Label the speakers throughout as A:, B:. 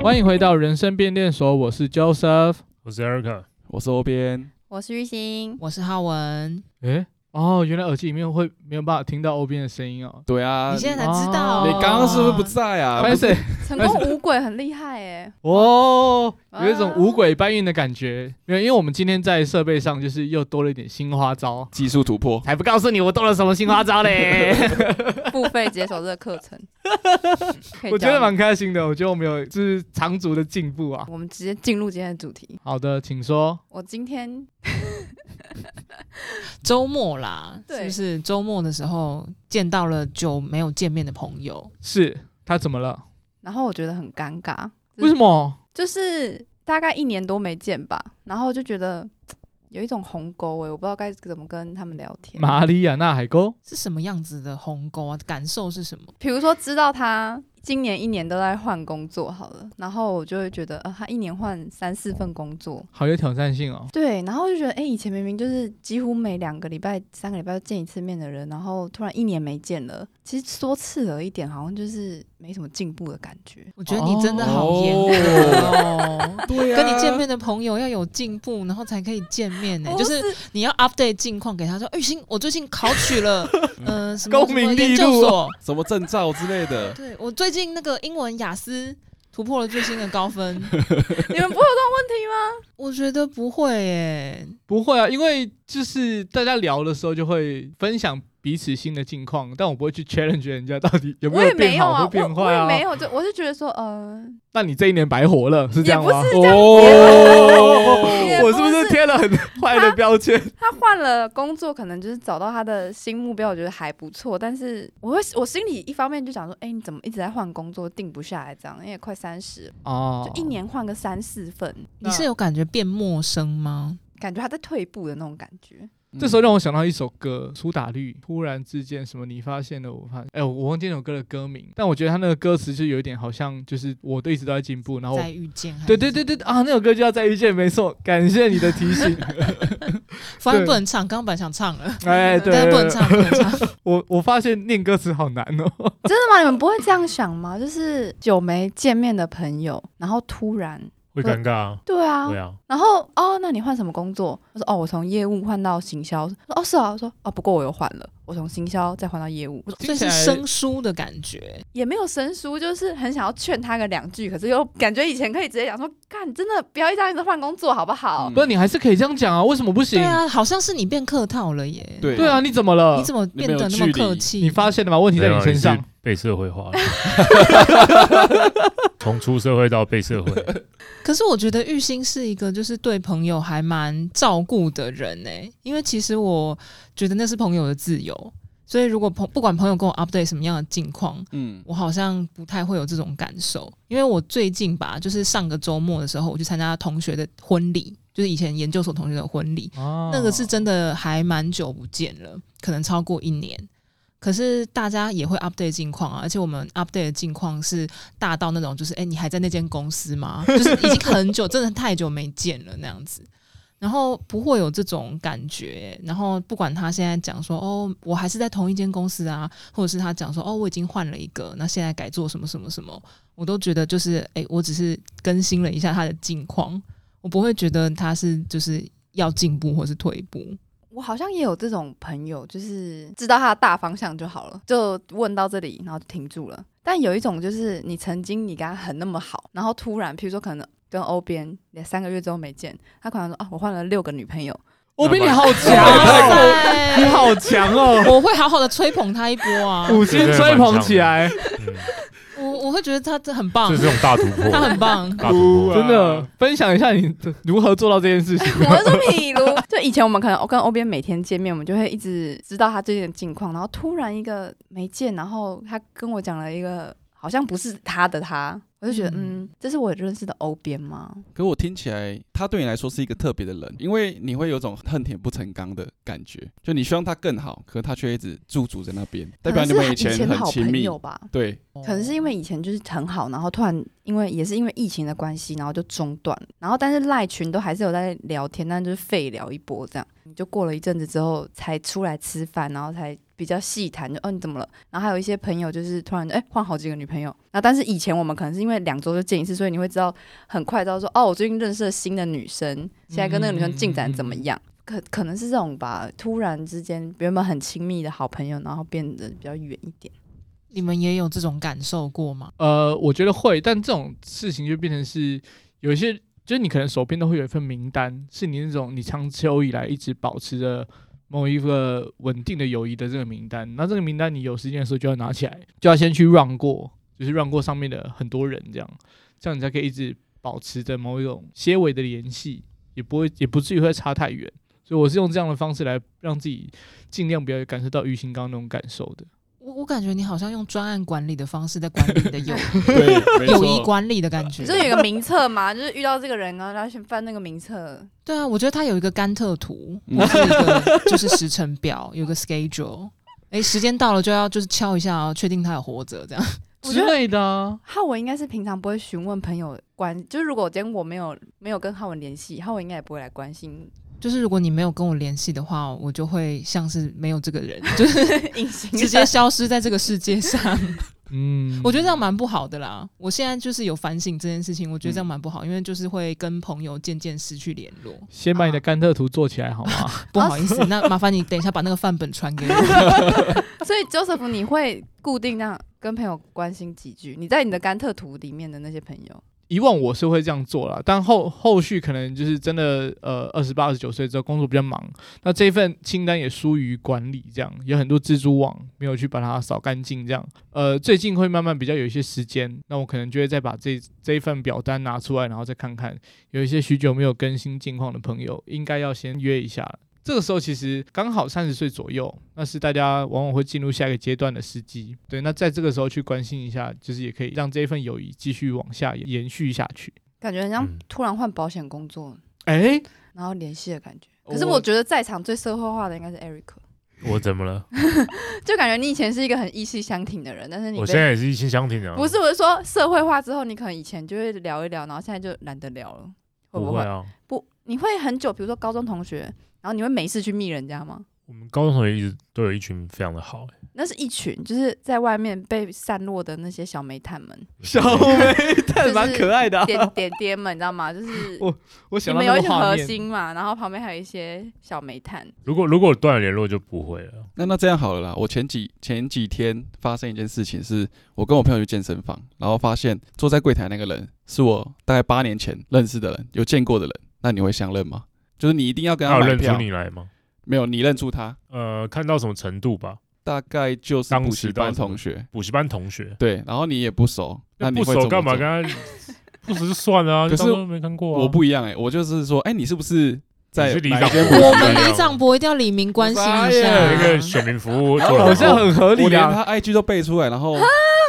A: 欢迎回到人生变电所，我是 Joseph。
B: 我是 Erica，
C: 我是欧边，
D: 我是 玉兴，
E: 我是浩文，
A: 诶，哦，原来耳机里面会没有办法听到欧边的声音哦。
C: 对啊，
E: 你现在才
A: 哦
E: 知道哦，
C: 你刚刚是不是不在啊？
A: 拍谁？
D: 成功五鬼很厉害哎、
A: 哦，
D: 啊
A: 有一种五鬼搬运的感觉。没有，因为我们今天在设备上就是又多了一点新花招，
C: 技术突破，
A: 才不告诉你我动了什么新花招嘞。
D: 付费解锁这个课 程，嗯可以
A: 我觉
D: 教
A: 得
D: 你
A: 蛮开心的，我觉得我们有就是长足的进步啊。
D: 我们直接进入今天的主题。
A: 好的，请说。
D: 我今天
E: 周末啦，
D: 对
E: 是不是周末的时候见到了久没有见面的朋友？
A: 是他怎么了？
D: 然后我觉得很尴尬，
A: 为什么？
D: 就是大概一年多没见吧，然后就觉得有一种鸿沟哎，我不知道该怎么跟他们聊天。
A: 马里亚纳海沟
E: 是什么样子的鸿沟啊？感受是什么？
D: 比如说知道他今年一年都在换工作好了，然后我就会觉得，呃，他一年换三四份工作，
A: 好有挑战性哦。
D: 对，然后就觉得，哎、以前明明就是几乎每两个礼拜、三个礼拜就见一次面的人，然后突然一年没见了，其实说刺耳一点，好像就是没什么进步的感觉。
E: 我觉得你真的好严格哦。
C: 对啊
E: 跟你见面的朋友要有进步，然后才可以见面
A: 嗯
E: 呢、
D: 不
E: 就是是你要 update 近况给他说，哎、星，我最近考取 了，
C: 嗯
E: 呃，什么
A: 高明
E: 什么
A: 利禄
E: 研究所，
C: 什么证照之类的，
E: 对我最近那个英文雅思突破了最新的高 分，
D: 你们不会有这
E: 我觉得不会耶、
A: 不会啊，因为就是大家聊的时候就会分享彼此新的近况，但我不会去 challenge 人家到底 有
D: 种问题吗？我
A: 没有变
D: 也没有
A: 好
D: 啊，
A: 或变
D: 我我
A: 坏
D: 也
A: 啊。
D: 没有，就我就觉得说，呃，
A: 那你这一年白活了，是这样吗？
D: 也
A: 哦，
D: 不
A: 我
D: 是
A: 是不是贴了很坏的标签？
D: 他换了工作，可能就是找到他的新目标，我觉得还不错。但是我会，我心里一方面就想说，哎、你怎么一直在换工作，定不下来这样？因为快三十，
A: 哦
D: 就一年换个三四份，
E: 你是有感觉变陌生吗？
D: 感觉他在退步的那种感觉。
A: 这时候让我想到一首歌，苏打绿。突然之间，什么你发现了，我发现，哎、我忘记那首歌的歌名，但我觉得他那个歌词就有一点好像，就是我都一直都在进步，然后我
E: 再遇见还
A: 哦
E: 是，
A: 对对对对啊，那首歌就叫再遇见，没错，感谢你的提 醒。
E: 反正
A: 对
E: 不能唱，刚刚本来想唱了，
A: 哎，对，
E: 但是不能
A: 对
E: 唱，不能 唱。
A: 我我发现念歌词好难哦。
D: 真的吗？你们不会这样想吗？就是久没见面的朋友，然后突然，
B: 会尴尬啊，
D: 对啊，
B: 对啊，
D: 然后哦，那你换什么工作？他说哦，我从业务换到行销。说哦，是啊，我说哦，不过我又换了，我从行销再换到业务，我说
E: 所
A: 听
E: 以
A: 起
E: 是
A: 来
E: 生疏的感觉，
D: 也没有生疏，就是很想要劝他个两句，可是又感觉以前可以直接讲说，干，真的不要一张一直换工作好不好？
C: 嗯
A: 不是，你还是可以这样讲啊，为什么不行
E: 对？啊，好像是你变客套了耶。，
C: 对
A: 对啊，，你怎么了？
E: 你怎么变得那么客气？
A: 你发现了吗？问题在
B: 没
A: 你
B: 有啊
A: 身上
B: 是。被社会 化了，从出社会到被社 会，
E: 可是我觉得玉兴是一个就是对朋友还蛮照顾的人呢、因为其实我觉得那是朋友的自由，所以如果朋不管朋友跟我 update 什么样的近况，
C: 嗯，
E: 我好像不太会有这种感受，因为我最近吧，就是上个周末的时候，我去参加同学的婚礼，就是以前研究所同学的婚礼，
A: 哦
E: 那个是真的还蛮久不见了，可能超过一年。可是大家也会 update 近况啊，而且我们 update 的近况是大到那种，就是哎、诶你还在那间公司吗？就是已经很久， 真的太久没见了那样子。然后不会有这种感觉，然后不管他现在讲说哦，我还是在同一间公司啊，或者是他讲说哦，我已经换了一个，那现在改做什么什么什么，我都觉得就是哎、诶我只是更新了一下他的近况，我不会觉得他是就是要进步或是退步。
D: 我好像也有这种朋友，就是知道他的大方向就好了，就问到这里，然后就停住了。但有一种就是你曾经你跟他很那么好，然后突然，譬如说可能跟欧边两三个月之后没见，他可能说啊，我换了六个女朋友，
A: 我比你好强 哦，你
E: 哇
A: 好强哦
E: 塞！，我会好好的吹捧他一波啊！
A: 五星吹捧起来，
B: 嗯，
E: 我我会觉得他这很棒
B: 这，是这种大突破，
E: 他很 棒。
B: 大突破，
A: 真的分享一下你如何做到这件事情。
D: 我是说譬如， 就以前我们可能我跟欧边每天见面，我们就会一直知道他最近的近况，然后突然一个没见，然后他跟我讲了一个好像不是他的他，我就觉得
E: 嗯
D: 嗯，这是我认识的欧边吗？
C: 可我听起来，他对你来说是一个特别的人，因为你会有种恨铁不成钢的感觉，就你希望他更好，可是他却一直驻足在那边，代表你
D: 可能
C: 们
D: 是
C: 以
D: 以前的
C: 很
D: 好
C: 亲
D: 朋
C: 密
E: 哦
D: 友，吧。
C: 对，
D: 可能是因为以前就是很好，然后突然因为也是因为疫情的关系，然后就中断了。然后但是赖群都还是有在聊天，但就是废聊一波这样。就过了一阵子之后才出来吃饭，然后才比较细谈，就哦你怎么了？然后还有一些朋友就是突然哎换好几个女朋友。那但是以前我们可能是因为两周就见一次，所以你会知道很快知道说哦我最近认识了新的女生，现在跟那个女生进展怎么样。可可能是这种吧，突然之间原本很亲密的好朋友，然后变得比较远一点。
E: 你们也有这种感受过吗？
A: 呃，我觉得会，但这种事情就变成是有一些，就是你可能手边都会有一份名单，是你那种你长久以来一直保持着某一个稳定的友谊的这个名单。那这个名单你有时间的时候就要拿起来，就要先去让过，就是让过上面的很多人，这样，这样你才可以一直保持着某一种些微的联系，也不会也不至于会差太远。所以我是用这样的方式来让自己尽量不要感受到玉心刚刚那种感受的。
E: 我我感觉你好像用专案管理的方式在管理你的友
C: 对，没
E: 友谊
C: 错。
E: 管理的感觉
D: 你。这有一个名册嘛， 就是遇到这个人，然后他先翻那个名册。
E: 对啊，我觉得它有一个甘特图，
C: 嗯
E: 或是一个就是时程表， 有个 schedule。哎，时间到了就要就是敲一下哦，确定他有活着这样。
D: 我
A: 之
D: 觉得
A: 类的啊，
D: 浩文应该是平常不会询问朋友关，就是如果今天我没有没有跟浩文联系，浩文应该也不会来关心
E: 就是如果你没有跟我联系的话，我就会像是没有这个人，就是
D: 隐形人
E: 直接消失在这个世界上。
A: 嗯，
E: 我觉得这样蛮不好的啦。我现在就是有反省这件事情，我觉
C: 嗯
E: 得这样蛮不好，因为就是会跟朋友渐渐失去联络。
A: 先把你的甘特图做起来好吗？
C: 啊
E: 不好意思，那麻烦你等一下把那个范本传 给我。
D: 所以 Joseph，你会固定那样跟朋友关心几句？你在你的甘特图里面的那些朋友，
A: 以往我是会这样做啦，但后后续可能就是真的，呃，二十八、二十九岁之后工作比较忙，那这份清单也疏于管理，这样有很多蜘蛛网没有去把它扫干净，这样，呃，最近会慢慢比较有一些时间，那我可能就会再把这这一份表单拿出来，然后再看看，有一些许久没有更新近况的朋友，应该要先约一下。这个时候其实刚好三十岁左右，那是大家往往会进入下一个阶段的时机。对，那在这个时候去关心一下，就是也可以让这一份友谊继续往下延续下去。
D: 感觉很像
B: 嗯
D: 突然换保险工作，
A: 哎，
D: 然后联系的感觉。
A: 我
D: 可是我觉得在场最社会化的应该是 Eric，
B: 我怎么了？
D: 就感觉你以前是一个很意气相挺的人，但是你
B: 我
D: 被
B: 现在也是一心相挺
A: 嗯
B: 啊。
D: 不是，我是说社会化之后，你可能以前就会聊一聊，然后现在就懒得聊了，会
B: 不
D: 不
B: 会
D: 会？
B: 啊。
D: 不，你会很久，比如说高中同学，然后你会没事去密人家吗？
B: 我们高中同学一直都有一群非常的好，欸
D: 那是一群就是在外面被散落的那些小煤炭 们、
A: 小梅
D: 就是
A: 但蛮可爱的啊、
D: 点点点们，你知道吗？就是
A: 我 我
D: 你
A: 想到
D: 们
A: 那
D: 有一
A: 个
D: 群
A: 画
D: 核
A: 面，
D: 心嘛，然后旁边还有一些小煤炭。
B: 如果如果断了联络就不会了。
C: 那那这样好了啦，我前几前几天发生一件事情是，我跟我朋友去健身房，然后发现坐在柜台那个人是我大概八年前认识的人，有见过的人。那你会相认吗？就是你一定要跟
B: 他
C: 他
B: 有
C: 买
B: 啊认出
C: 票，
B: 你来吗？
C: 没有你认出他，
B: 呃，看到什么程度吧？
C: 大概就是
B: 当
C: 补
B: 时
C: 习
B: 到
C: 班
B: 什么
C: 同学，
B: 补习班同学，
C: 对，然后你也不熟，那你
B: 不
C: 会
B: 熟
C: 怎么
B: 干嘛
C: 做
B: 跟他？啊 不熟就算了啊，
C: 可
B: 就是没看过啊。
C: 我不一样哎、我就是说，哎、你是不是在
B: 你是里
C: 哪
B: 长
C: 间
B: 伯
C: 补习
E: 我
C: 班
E: 们里长伯一定要李明关心一下、啊
B: 那个选民服务做得
A: 好像很合
C: 我
A: 理
C: 连
A: 啊。
C: 他 IG 都背出来，然后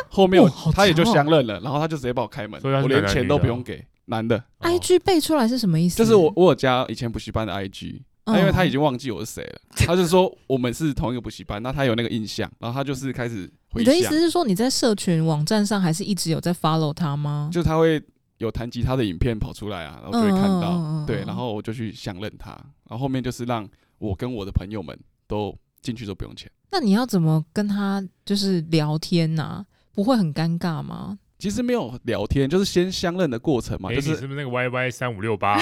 C: 后面我
A: 哦好
C: 他也就
A: 强哦
C: 相认了，然后他就直接帮我开门，
B: 所以他是
C: 我连
B: 男的
C: 钱
B: 女
C: 都
B: 的哦
C: 不用给，男的，
B: 哦
E: IG 背出来是什么意思？
C: 就是我，我有加以前补习班的 IG，
E: 嗯
C: 那因为他已经忘记我是谁了，他就说我们是同一个补习班，那他有那个印象，然后他就是开始回
E: 你的意
C: 想
E: 思，是说你在社群网站上还是一直有在 follow 他吗？
C: 就是他会有弹吉他的影片跑出来啊，然后就会看到，
E: 嗯嗯嗯嗯
C: 对，然后我就去相认他，然后后面就是让我跟我的朋友们都进去都不用钱。
E: 那你要怎么跟他就是聊天呐、不会很尴尬吗？
C: 其实没有聊天，就是先相认的过程嘛，
B: 哎，
C: 就
B: 你是
C: 是
B: 不是那个 YY 三五六八？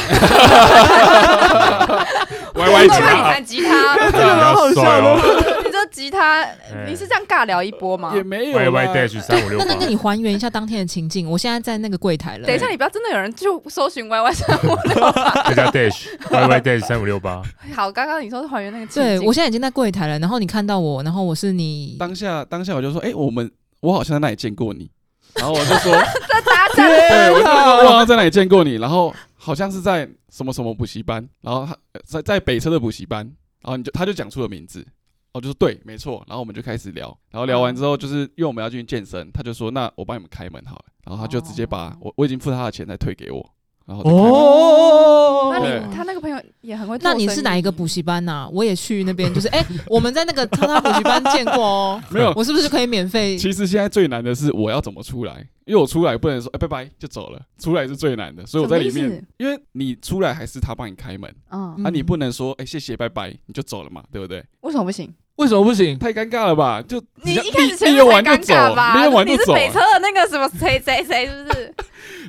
C: 歪歪
D: 我
C: 吉
D: 看你
C: 他
D: 弹吉他，
B: 这个
A: 啊
B: 蛮好笑的哦
D: 你这吉他，你是这样尬聊一波吗？
A: 哎
C: 也没有啦
B: ，Y Y dash 三五六
E: 那
B: 八
E: 那。个你还原一下当天的情境，我现在在那个柜台了。
D: 等一下，你不要真的有人就搜寻 YY 三五六八。
B: 再加 dash Y Y dash 三五六八，
D: 好，刚刚你说是还原那个情
E: 对
D: 景
E: 我现在已经在柜台了，然后你看到我，然后我是你，
C: 当下当下我就说，哎、我们我好像在那里见过你，然后我就说，
D: 在搭讪
C: 对，我就说
D: 啊
C: 我好像在哪里见过你，然后好像是在什么什么补习班，然后他呃在在北车的补习班，然后你就他就讲出了名字，我就说对，没错，然后我们就开始聊，然后聊完之后，就是因为我们要
D: 哦
C: 去健身，他就说那我帮你们开门好了，然后他就直接把我我已经付他的钱再退给我，然后再看
A: 哦
D: 那
C: 对
D: 你他那个朋友也很会做
E: 那
D: 生意。
E: 你是哪一个补习班呐、我也去那边，就是哎、 我们在那个叉叉补习班见过哦。
C: 没有。
E: 我是不是可以免费？
C: 其实现在最难的是我要怎么出来，因为我出来不能说哎、拜拜就走了，出来是最难的，所以我在里
D: 什么意
C: 面
D: 思，
C: 因为你出来还是他帮你开门，
D: 嗯，
C: 啊，你
E: 嗯
C: 不能说哎、谢谢拜拜你就走了嘛，对不对？
D: 为什么不行？
A: 为什么不行？
C: 太尴尬了吧？就
D: 你
C: 人
D: 一
C: 家
D: 开始前
C: 利
D: 面
C: 用
D: 才
C: 完就
D: 尴
C: 走
D: 尬吧？
C: 了，利用完
D: 你
C: 就是走啊
D: 北车
C: 了。
D: 的那个什么谁谁谁，是不是？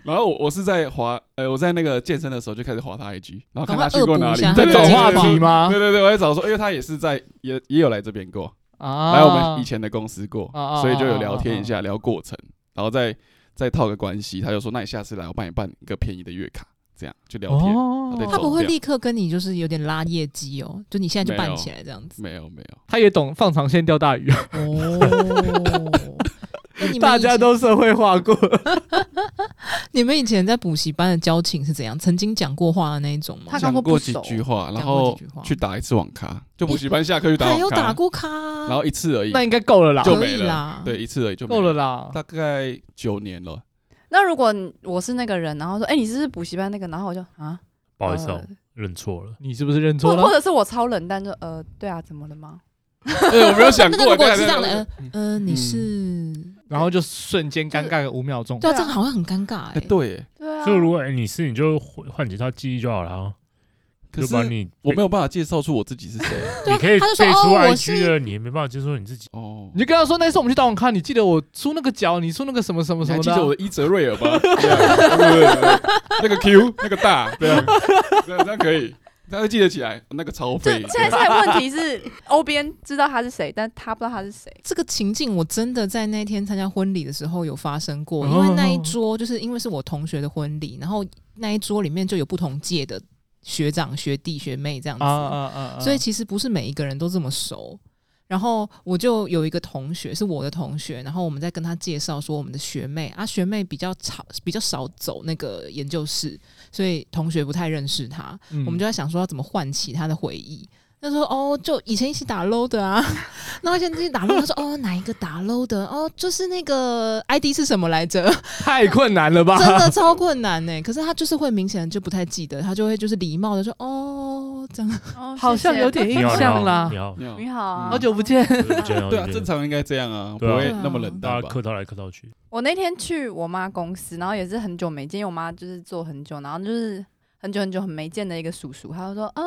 C: 然后我我是在滑，呃，我在那个健身的时候就开始滑他 IG，然后看
E: 赶快
C: 他去过哪
E: 恶补一
C: 里，
E: 下
C: 对
A: 在
C: 对
A: 找
C: 对
A: 话
C: 对
A: 题吗
C: 对？对对，我在找说，因为他也是在也也有来这边过，
A: 啊，
C: 来我们以前的公司过
A: 啊啊，
C: 所以就有聊天一下，聊过程，然后再再套个关系。他就说，那你下次来，我帮你办一个便宜的月卡，这样就聊天。
A: 哦
C: 对
E: 他不会立刻跟你就是有点拉业绩哦，就你现在就办起来这样子
C: 没有没有，
A: 他也懂放长线钓大鱼，
E: 哦。 那你们以前
A: 大家都社会化过。
E: 你们以前在补习班的交情是怎样？曾经讲过话的那一种吗
D: 他？刚
C: 讲
D: 说
C: 过
D: 不
C: 几
D: 熟
C: 句话，然
E: 讲过
C: 后
E: 几句话
C: 去打一次网咖，就补习班下课去打
E: 还
C: 网
E: 有
C: 咖，
E: 打过咖啊，
C: 然后一次而已，
A: 那应该够了啦，
C: 就
E: 可
C: 没
E: 以
C: 了
E: 啦
C: 对，一次而已就没
A: 够了，啦。
C: 大概九年了。
D: 那如果你我是那个人，然后说，哎，你是不是补习班那个？然后我就啊，
B: 不好意思哦
D: 呃，
B: 认错了。
A: 你是不是认错
D: 或或
A: 了？
D: 者是我超冷淡，就呃，对啊，怎么了吗？
C: 对，哎我没有想
E: 那
C: 过。
E: 个 如果
C: 对
E: 是这样的，
C: 对对
E: 呃呃，你是
C: 嗯
A: 然后就瞬间尴尬个五秒钟。
E: 对啊，
D: 对啊
E: 这个好像很尴尬哎
C: 哎，。对耶，
D: 对啊，
B: 就如果哎你是，你就换换几套记忆就好了啊，
C: 可
B: 就是把你
C: 我没有办法介绍出我自己是 谁。
E: 对
B: 你可以
E: 他就
B: 背
E: 说
B: 出
E: 哦我
B: IG
E: 是
B: 了，你也没办法接受你自己。
C: 哦，
A: 你就跟他说那次我们去打网咖，你记得我出那个脚，你出那个什么什么
C: 你
A: 什
C: 还
A: 么
C: 记
A: 的啊、
C: 得我的伊泽瑞 尔吧？对啊对对对对那个 Q，那个大，对啊，对啊，这样可以，大家记得起来。那个超
D: 就
C: 费，
D: 现在现在问题是， 欧边知道他是谁，但他不知道他是谁。
E: 这个情境我真的在那天参加婚礼的时候有发生过，
A: 哦
E: 因为那一桌就是因为是我同学的婚礼，然后那一桌里面就有不同届的学长、学弟、学妹这样子，
A: 啊啊啊啊！
E: 所以其实不是每一个人都这么熟。然后我就有一个同学是我的同学，然后我们在跟他介绍说我们的学妹啊，学妹比较吵，比较少走那个研究室，所以同学不太认识她。
A: 嗯
E: 我们就在想说要怎么唤起他的回忆。他说：“哦，就以前一起打 low 的啊， 然后现在一起打 low。”他说：“哦，哪一个打 low 的？哦，就是那个 ID 是什么来着？
A: 太困难了吧？
E: 真的超困难欸呢。可是他就是会明显就不太记得，他就会就是礼貌的说：‘哦，这样。
D: 哦
A: 好像有点
B: 你
A: 印
B: 好，你
A: 象啦
B: 好，你好，
C: 没有
D: 你好啊，
A: 好久不 见，
B: 对不见
C: 对啊，
B: 对不见
C: 正常应该这样啊，不
B: 对啊
C: 会那么冷
B: 大
C: 淡
B: 家
C: 吧？
B: 客套来客套去，
D: 我那天去我妈公司，然后也是很久没见，因为我妈就是做很久，然后就是很久很久很没见的一个叔叔，他就说：“啊、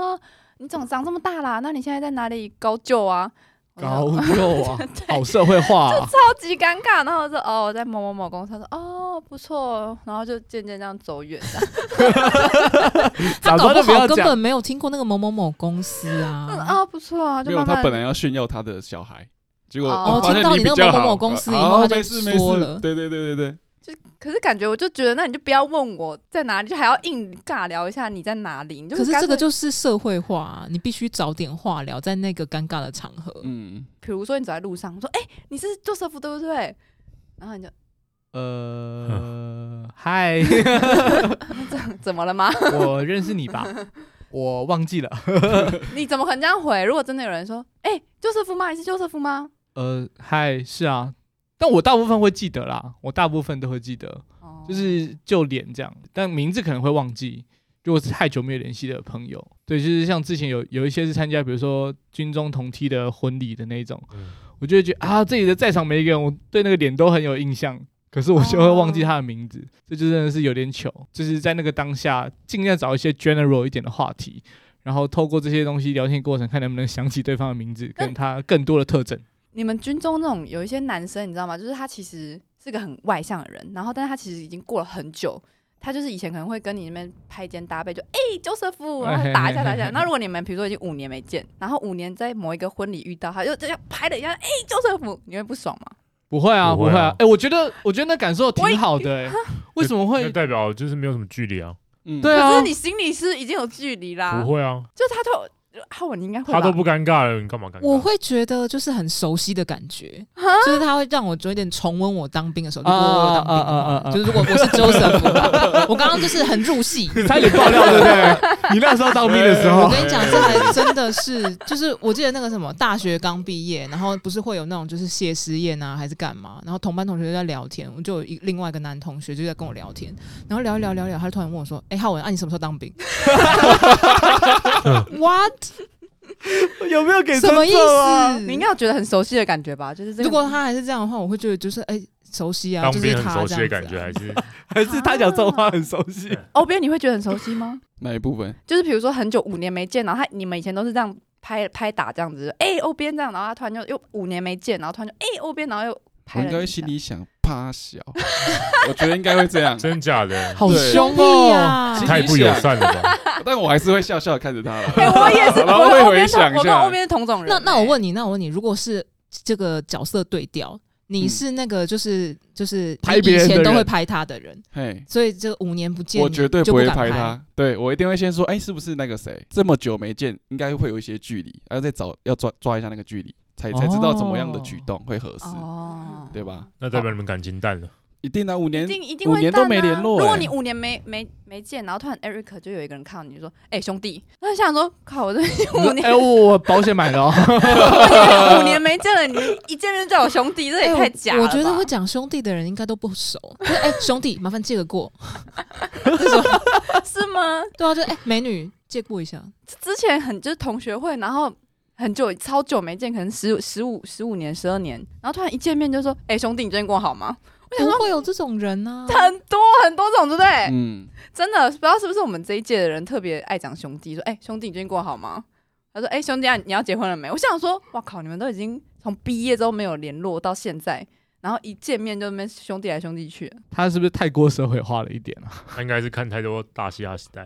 D: 你怎么长这么大啦？那你现在在哪里高就啊？”我就
A: 高幼啊，好社会化、啊。
D: 超级尴尬，然后我说：“哦，我在某某某公司。”他说：“哦，不错哦。”然后就渐渐这样走远这样。
E: 他
A: 啊早
E: 搞
A: 知道
E: 不
A: 就不
E: 好
A: 要
E: 根
A: 讲
E: 本没有听过那个某某某公 司
D: 嗯
E: 啊。
D: 啊、不错啊，就
C: 没有，
D: 慢
C: 他
D: 慢
C: 本来要炫耀他的小孩，结果
D: 哦
C: 发现
E: 听到你
C: 比
E: 那
C: 较
E: 某某
C: 好
E: 某公司以后
C: 啊
E: 他就
C: 没事没
E: 说
C: 事
E: 了，
C: 对对对对对，
D: 可是感觉我就觉得，那你就不要问我在哪里，就还要硬尬聊一下你在哪里。你就
E: 可是
D: 干
E: 这个
D: 脆
E: 就是社会化、啊，你必须找点话聊，在那个尴尬的场合。
C: 嗯，
D: 比如说你走在路上，我说：“哎、你是 Joseph 对不对？”然后你就
A: 呃，嗨，
D: 怎么了吗？
A: 我认识你 吧？我忘记了。
D: 你怎么可能这样回？如果真的有人说，哎、救瑟夫吗？你是救瑟夫吗？
A: 呃，嗨，是啊，但我大部分会记得啦，我大部分都会记得，
D: 哦
A: 就是就脸这样，但名字可能会忘记。如果是太久没有联系的朋友，对，就是像之前有有一些是参加，比如说军中同梯的婚礼的那种，
B: 嗯
A: 我就会觉得啊，这里的在场每一个人，我对那个脸都很有印象，可是我就会忘记他的名字，这就真的是有点糗。就是在那个当下，尽量找一些 general 一点的话题，然后透过这些东西聊天过程，看能不能想起对方的名字，跟他更多的特征。
D: 你们军中那种有一些男生，你知道吗？就是他其实是个很外向的人，然后但是他其实已经过了很久。他就是以前可能会跟你那边拍肩搭背，就哎、欸、，Joseph，然 后打一下打一下。那如果你们比如说已经五年没见，然后五年在某一个婚礼遇到，他就这样拍了一下，哎、欸、，Joseph，你会不爽吗？
A: 不会啊，
B: 不
A: 不
B: 会
A: 会
B: 啊
A: 啊！哎、我觉得，我觉得那感受挺好的、欸。为什么
B: 那
A: 会？
B: 代表就是没有什么距离啊，
C: 嗯
A: 对
D: 可
A: 啊
D: 是，你心里是已经有距离啦，
B: 不会啊，
D: 就他就浩文，你应该会
B: 他
D: 吧
B: 都不尴尬了，你干嘛尴尬？
E: 我会觉得就是很熟悉的感觉，就是他会让我有一点重温我当兵的时候，如果我有当兵
A: 啊啊啊
E: 的
A: 啊啊
E: 话，就是如果我是 Joseph，的话我刚刚就是很入 戏。
A: 差点爆料，对不 对？你那时候当兵的时
E: 我
A: 候，
E: 跟你讲，这还真的是，就是我记得那个什么，大学刚毕业，然后不是会有那种就是谢师宴啊，还是干嘛？然后同班同学就在聊天，我就有一另外一个男同学就在跟我聊天，然后聊一聊聊一聊，他就突然问我说：“哎、浩文，啊你什么时候当兵
A: 嗯
E: ？”What？
A: 有没有给
E: 什么意
A: 尊重啊
E: 思？
D: 你应该有觉得很熟悉的感觉吧？就是这个，
E: 如果他还是这样的话，我会觉得就是哎、熟悉啊，
B: 当
E: 就是
B: 兵很
E: 他
B: 熟
E: 这
B: 悉
E: 样
B: 的
E: 子
B: 感觉，
E: 啊
B: 还是
A: 还是他讲这种话很熟 悉？
D: 欧哦边你会觉得很熟悉吗？
C: 哪一部分？
D: 就是比如说很久五年没见，然后他你们以前都是这样拍拍打这样子，哎、欧边这样，然后他突然就又五年没见，然后突然就哎、欧边，然后又
C: 我
D: 拍
C: 应
D: 了
C: 该
D: 一
C: 心
D: 下。
C: 里 想趴小，哦我觉得应该会这 样，
B: 真假的？
A: 好
C: 对
A: 凶
E: 屁
A: 哦！
E: 呀
C: 其实
B: 太不友善了吧？
C: 但我还是会啊笑笑地看着他了。
D: 哎、 我也是，
C: 然后
D: 我
C: 会
D: 跟欧
C: 回
D: 边
C: 想
D: 同，
C: 一
D: 我跟
C: 下
D: 欧边是同种人、
E: 那那我
D: 哎，
E: 问你，那我问你，如果是这个角色对调，你
C: 嗯
E: 是那个就是就是
A: 拍
E: 你
A: 别人
E: 以前
A: 的
E: 都会
A: 人
E: 拍他的人，
C: 嘿，
E: 所以这五年不见，
C: 我绝对
E: 就
C: 不会
E: 敢
C: 拍
E: 拍
C: 他。，对我一定会先说，哎、是不是那个谁？这么久没见，应该会有一些距离，然后再找要抓抓一下那个距离，才才知道怎么样的举动会合适，
D: 哦，
C: 对吧？
B: 那代表你们感情淡了。
C: 一定啊，五
D: 一
C: 年
D: 定一定
C: 五
D: 会
C: 年
D: 淡
C: 都没
D: 啊
C: 联络
D: 如果
C: 哎
D: 你五年没没没见，然后突然 Eric 就有一个人看到你说：“哎、兄弟。”那你想说：“靠，我这五 年、
A: 哎，我保险买的哦，
D: 五年没见了，你一见面就叫我兄弟，这
E: 哎
D: 也
E: 我
D: 太假了
E: 我
D: 吧
E: 觉得会讲兄弟的人应该都不 熟。就是哎、兄弟，麻烦借个过。这种
D: 是吗？
E: 对啊，就是哎、美女借过一下。
D: 之前很就是同学会，然后很久超久没见，可能十十五十五年、十二年，然后突然一见面就说：“哎、兄弟，你最近过好吗
E: 不会有这种人啊？”，
D: 很多很多种，对不对？
C: 嗯，
D: 真的不知道是不是我们这一届的人特别爱讲兄弟，说：“哎、兄弟，你最近过好吗？”他说：“哎、兄弟啊，你要结婚了没？”我想说：“哇靠，你们都已经从毕业之后没有联络到现在，然后一见面就那边兄弟来兄弟去，
A: 他是不是太过社会化了一点啊？
B: 他应该是看太多大啊嘻哈时代，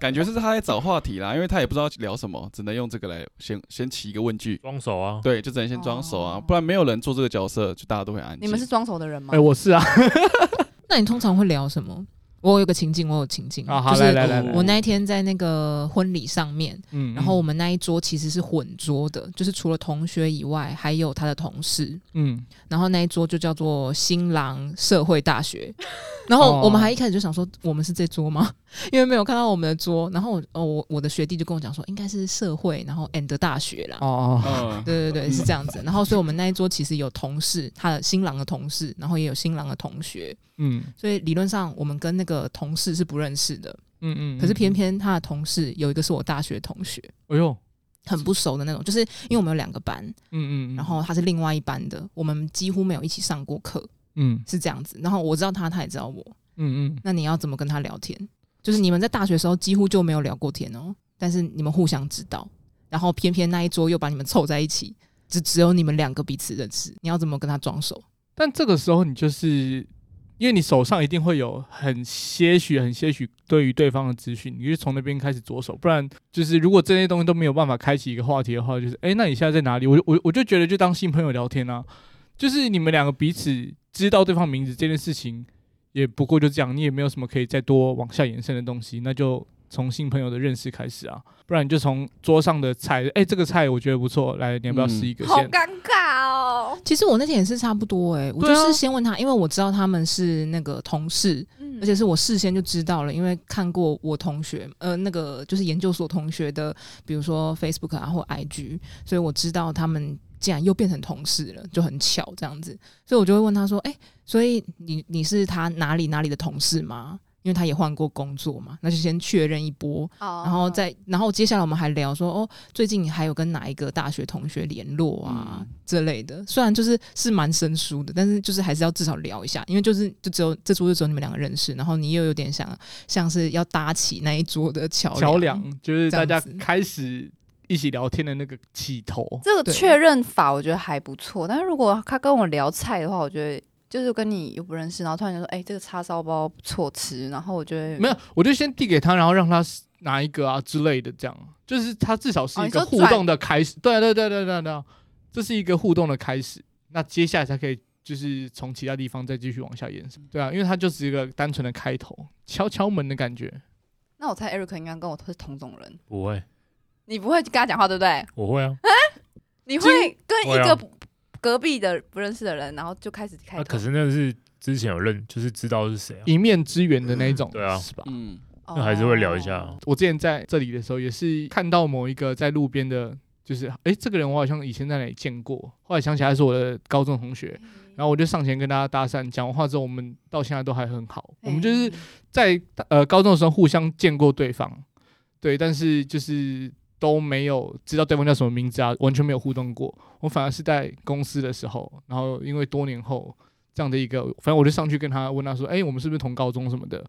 C: 感觉是他在找话题啦，因为他也不知道聊什么，只能用这个来先先起一个问句。
B: 装手啊，
C: 对，就只能先装熟啊，
D: 哦
C: 不然没有人做这个角色，就大家都会安静。
D: 你们是装熟的人吗？”
A: 哎，我是啊，
E: 那你通常会聊什么？我有个情境，我有情境，
A: 啊好
E: 就是
A: 来来来
C: 来
E: 我那一天在那个婚礼上面，
A: 嗯，
E: 然后我们那一桌其实是混桌的，就是除了同学以外，还有他的同事。
A: 嗯，
E: 然后那一桌就叫做新郎社会大学。 然后
A: 哦
E: 我们还一开始就想说，我们是这桌吗？ 因为没有看到我们的桌。然后我哦，我我的学弟就跟我讲说，应该是社会，然后 and 大学啦。
A: 哦哦，
C: 嗯，
E: 对对对，是这样子。然后，所以我们那一桌其实有同事，他的新郎的同事，然后也有新郎的同学，
A: 嗯
E: 所以理论上我们跟那个同事是不认识的。
A: 嗯嗯，
E: 可是偏偏他的同事有一个是我大学同学，
A: 哎呦，
E: 很不熟的那种，就是因为我们有两个班，
A: 嗯嗯，
E: 然后他是另外一班的，我们几乎没有一起上过课，
A: 嗯
E: 是这样子。然后我知道他，他也知道我。
A: 嗯嗯，
E: 那你要怎么跟他聊天？就是你们在大学时候几乎就没有聊过天哦，但是你们互相知道，然后偏偏那一桌又把你们凑在一起，只只有你们两个彼此认识，你要怎么跟他装熟？
A: 但这个时候你就是。因为你手上一定会有很些许、很些许对于对方的资讯，你就从那边开始着手，不然就是如果这些东西都没有办法开启一个话题的话，就是哎、诶那你现在在哪里？我就我我就觉得就当新朋友聊天啊，就是你们两个彼此知道对方名字这件事情，也不过就这样，你也没有什么可以再多往下延伸的东西，那就从新朋友的认识开始啊，不然你就从桌上的菜，哎、这个菜我觉得不错，来，你要不要试一个
D: 好
A: 先？
D: 尴尬哦。
E: 其实我那天也是差不多诶、我
A: 对
E: 就
A: 啊
E: 是先问他，因为我知道他们是那个同事，
D: 嗯
E: 而且是我事先就知道了，因为看过我同学，呃，那个就是研究所同学的，比如说 Facebook 啊或 IG，所以我知道他们竟然又变成同事了，就很巧这样子，所以我就会问他说：“哎、所以你你是他哪里哪里的同事吗？”因为他也换过工作嘛，那就先确认一波，
D: 哦
E: 然后再，然后接下来我们还聊说，哦，最近你还有跟哪一个大学同学联络啊、
C: 嗯
E: 这类的。虽然就是是蛮生疏的，但是就是还是要至少聊一下，因为就是就只有这桌就只有你们两个认识，然后你又有点想像是要搭起那一桌的桥
A: 桥梁，就是大家
E: 这样子
A: 开始一起聊天的那个起头。
D: 这个
E: 对
D: 确认法我觉得还不错，但是如果他跟我聊菜的话，我觉得就是跟你又不认识，然后突然就说：“哎、这个叉烧包不错吃。”然后我觉得
A: 没有，我就先递给他，然后让他拿一个啊之类的，这样就是他至少是
D: 哦
A: 一
D: 你
A: 个
D: 说
A: 互
D: 转
A: 动的开始。对啊对对对对对，这是一个互动的开始。那接下来才可以就是从其他
B: 嗯
A: 地方再继续往下延伸。对啊，因为它就只是一个单纯的开头，敲敲门的感觉。
D: 那我猜 Eric 应该跟我是同种人，
B: 不会，
D: 你不会跟他讲话，对不对？
B: 我会啊。
D: 你会跟一
B: 会
D: 个
B: 啊
D: 不隔壁的不认识的人，然后就开始开
B: 那
D: 口。
B: 啊可是那是之前有认，就是知道是谁啊。
A: 一面之缘的那种，
B: 对啊
A: 是吧？
C: 嗯，
D: 哦
B: 那还是会聊一下啊
A: 我之前在这里的时候，也是看到某一个在路边的，就是哎、诶这个人我好像以前在哪里见过，后来想起来是我的高中同学，然后我就上前跟大家搭讪，讲完话之后，我们到现在都还很好，我们
D: 哎
A: 就是在呃高中的时候互相见过对方，对，但是就是都没有知道对方叫什么名字啊，完全没有互动过。我反而是在公司的时候，然后因为多年后这样的一个，反正我就上去跟他问他说，哎、我们是不是同高中什么的，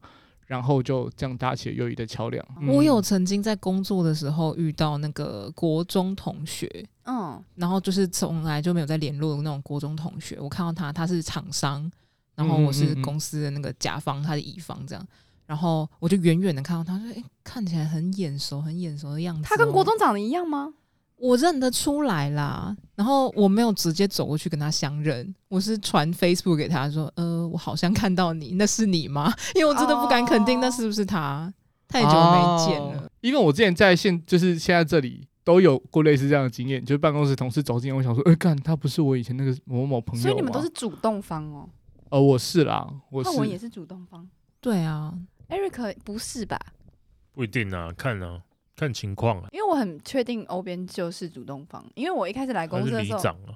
A: 然后就这样搭起了友谊的桥
D: 哦
A: 梁。嗯
E: 我有曾经在工作的时候遇到那个国中同学，
D: 嗯，
E: 然后就是从来就没有再联络的那种国中同学。我看到他，他是厂商，然后我是
A: 嗯嗯嗯嗯
E: 公司的那个甲方，他是乙方这样。然后我就远远的看到他，说：“哎、看起来很眼熟，很眼熟的样子、哦
D: 他
B: 啊
D: 跟国，中长得一样吗？
E: 我认得出来啦。然后我没有直接走过去跟他相认，我是传 Facebook 给他说：“呃，我好像看到你，那是你吗？”因为我真的不敢肯
D: 哦
E: 定那是不是他，太久没见了。
A: 哦因为我之前在现就是现在这里都有过类似这样的经验，就是办公室同事走进来，我想说，哎、干他不是我以前那个某某朋友吗，
D: 所以你
B: 啊
D: 们都是主动方哦。
A: 呃，我是啦，我
D: 浩文也
A: 是
D: 是主动方
E: 对啊，
D: ，Eric 不是吧？
B: 不一定啊，看啊，看情况啊。
D: 因为我很确定欧边就是主动方，因为我一开始来
B: 他
D: 公
B: 是
D: 司的
B: 里
D: 时候，
B: 长啊，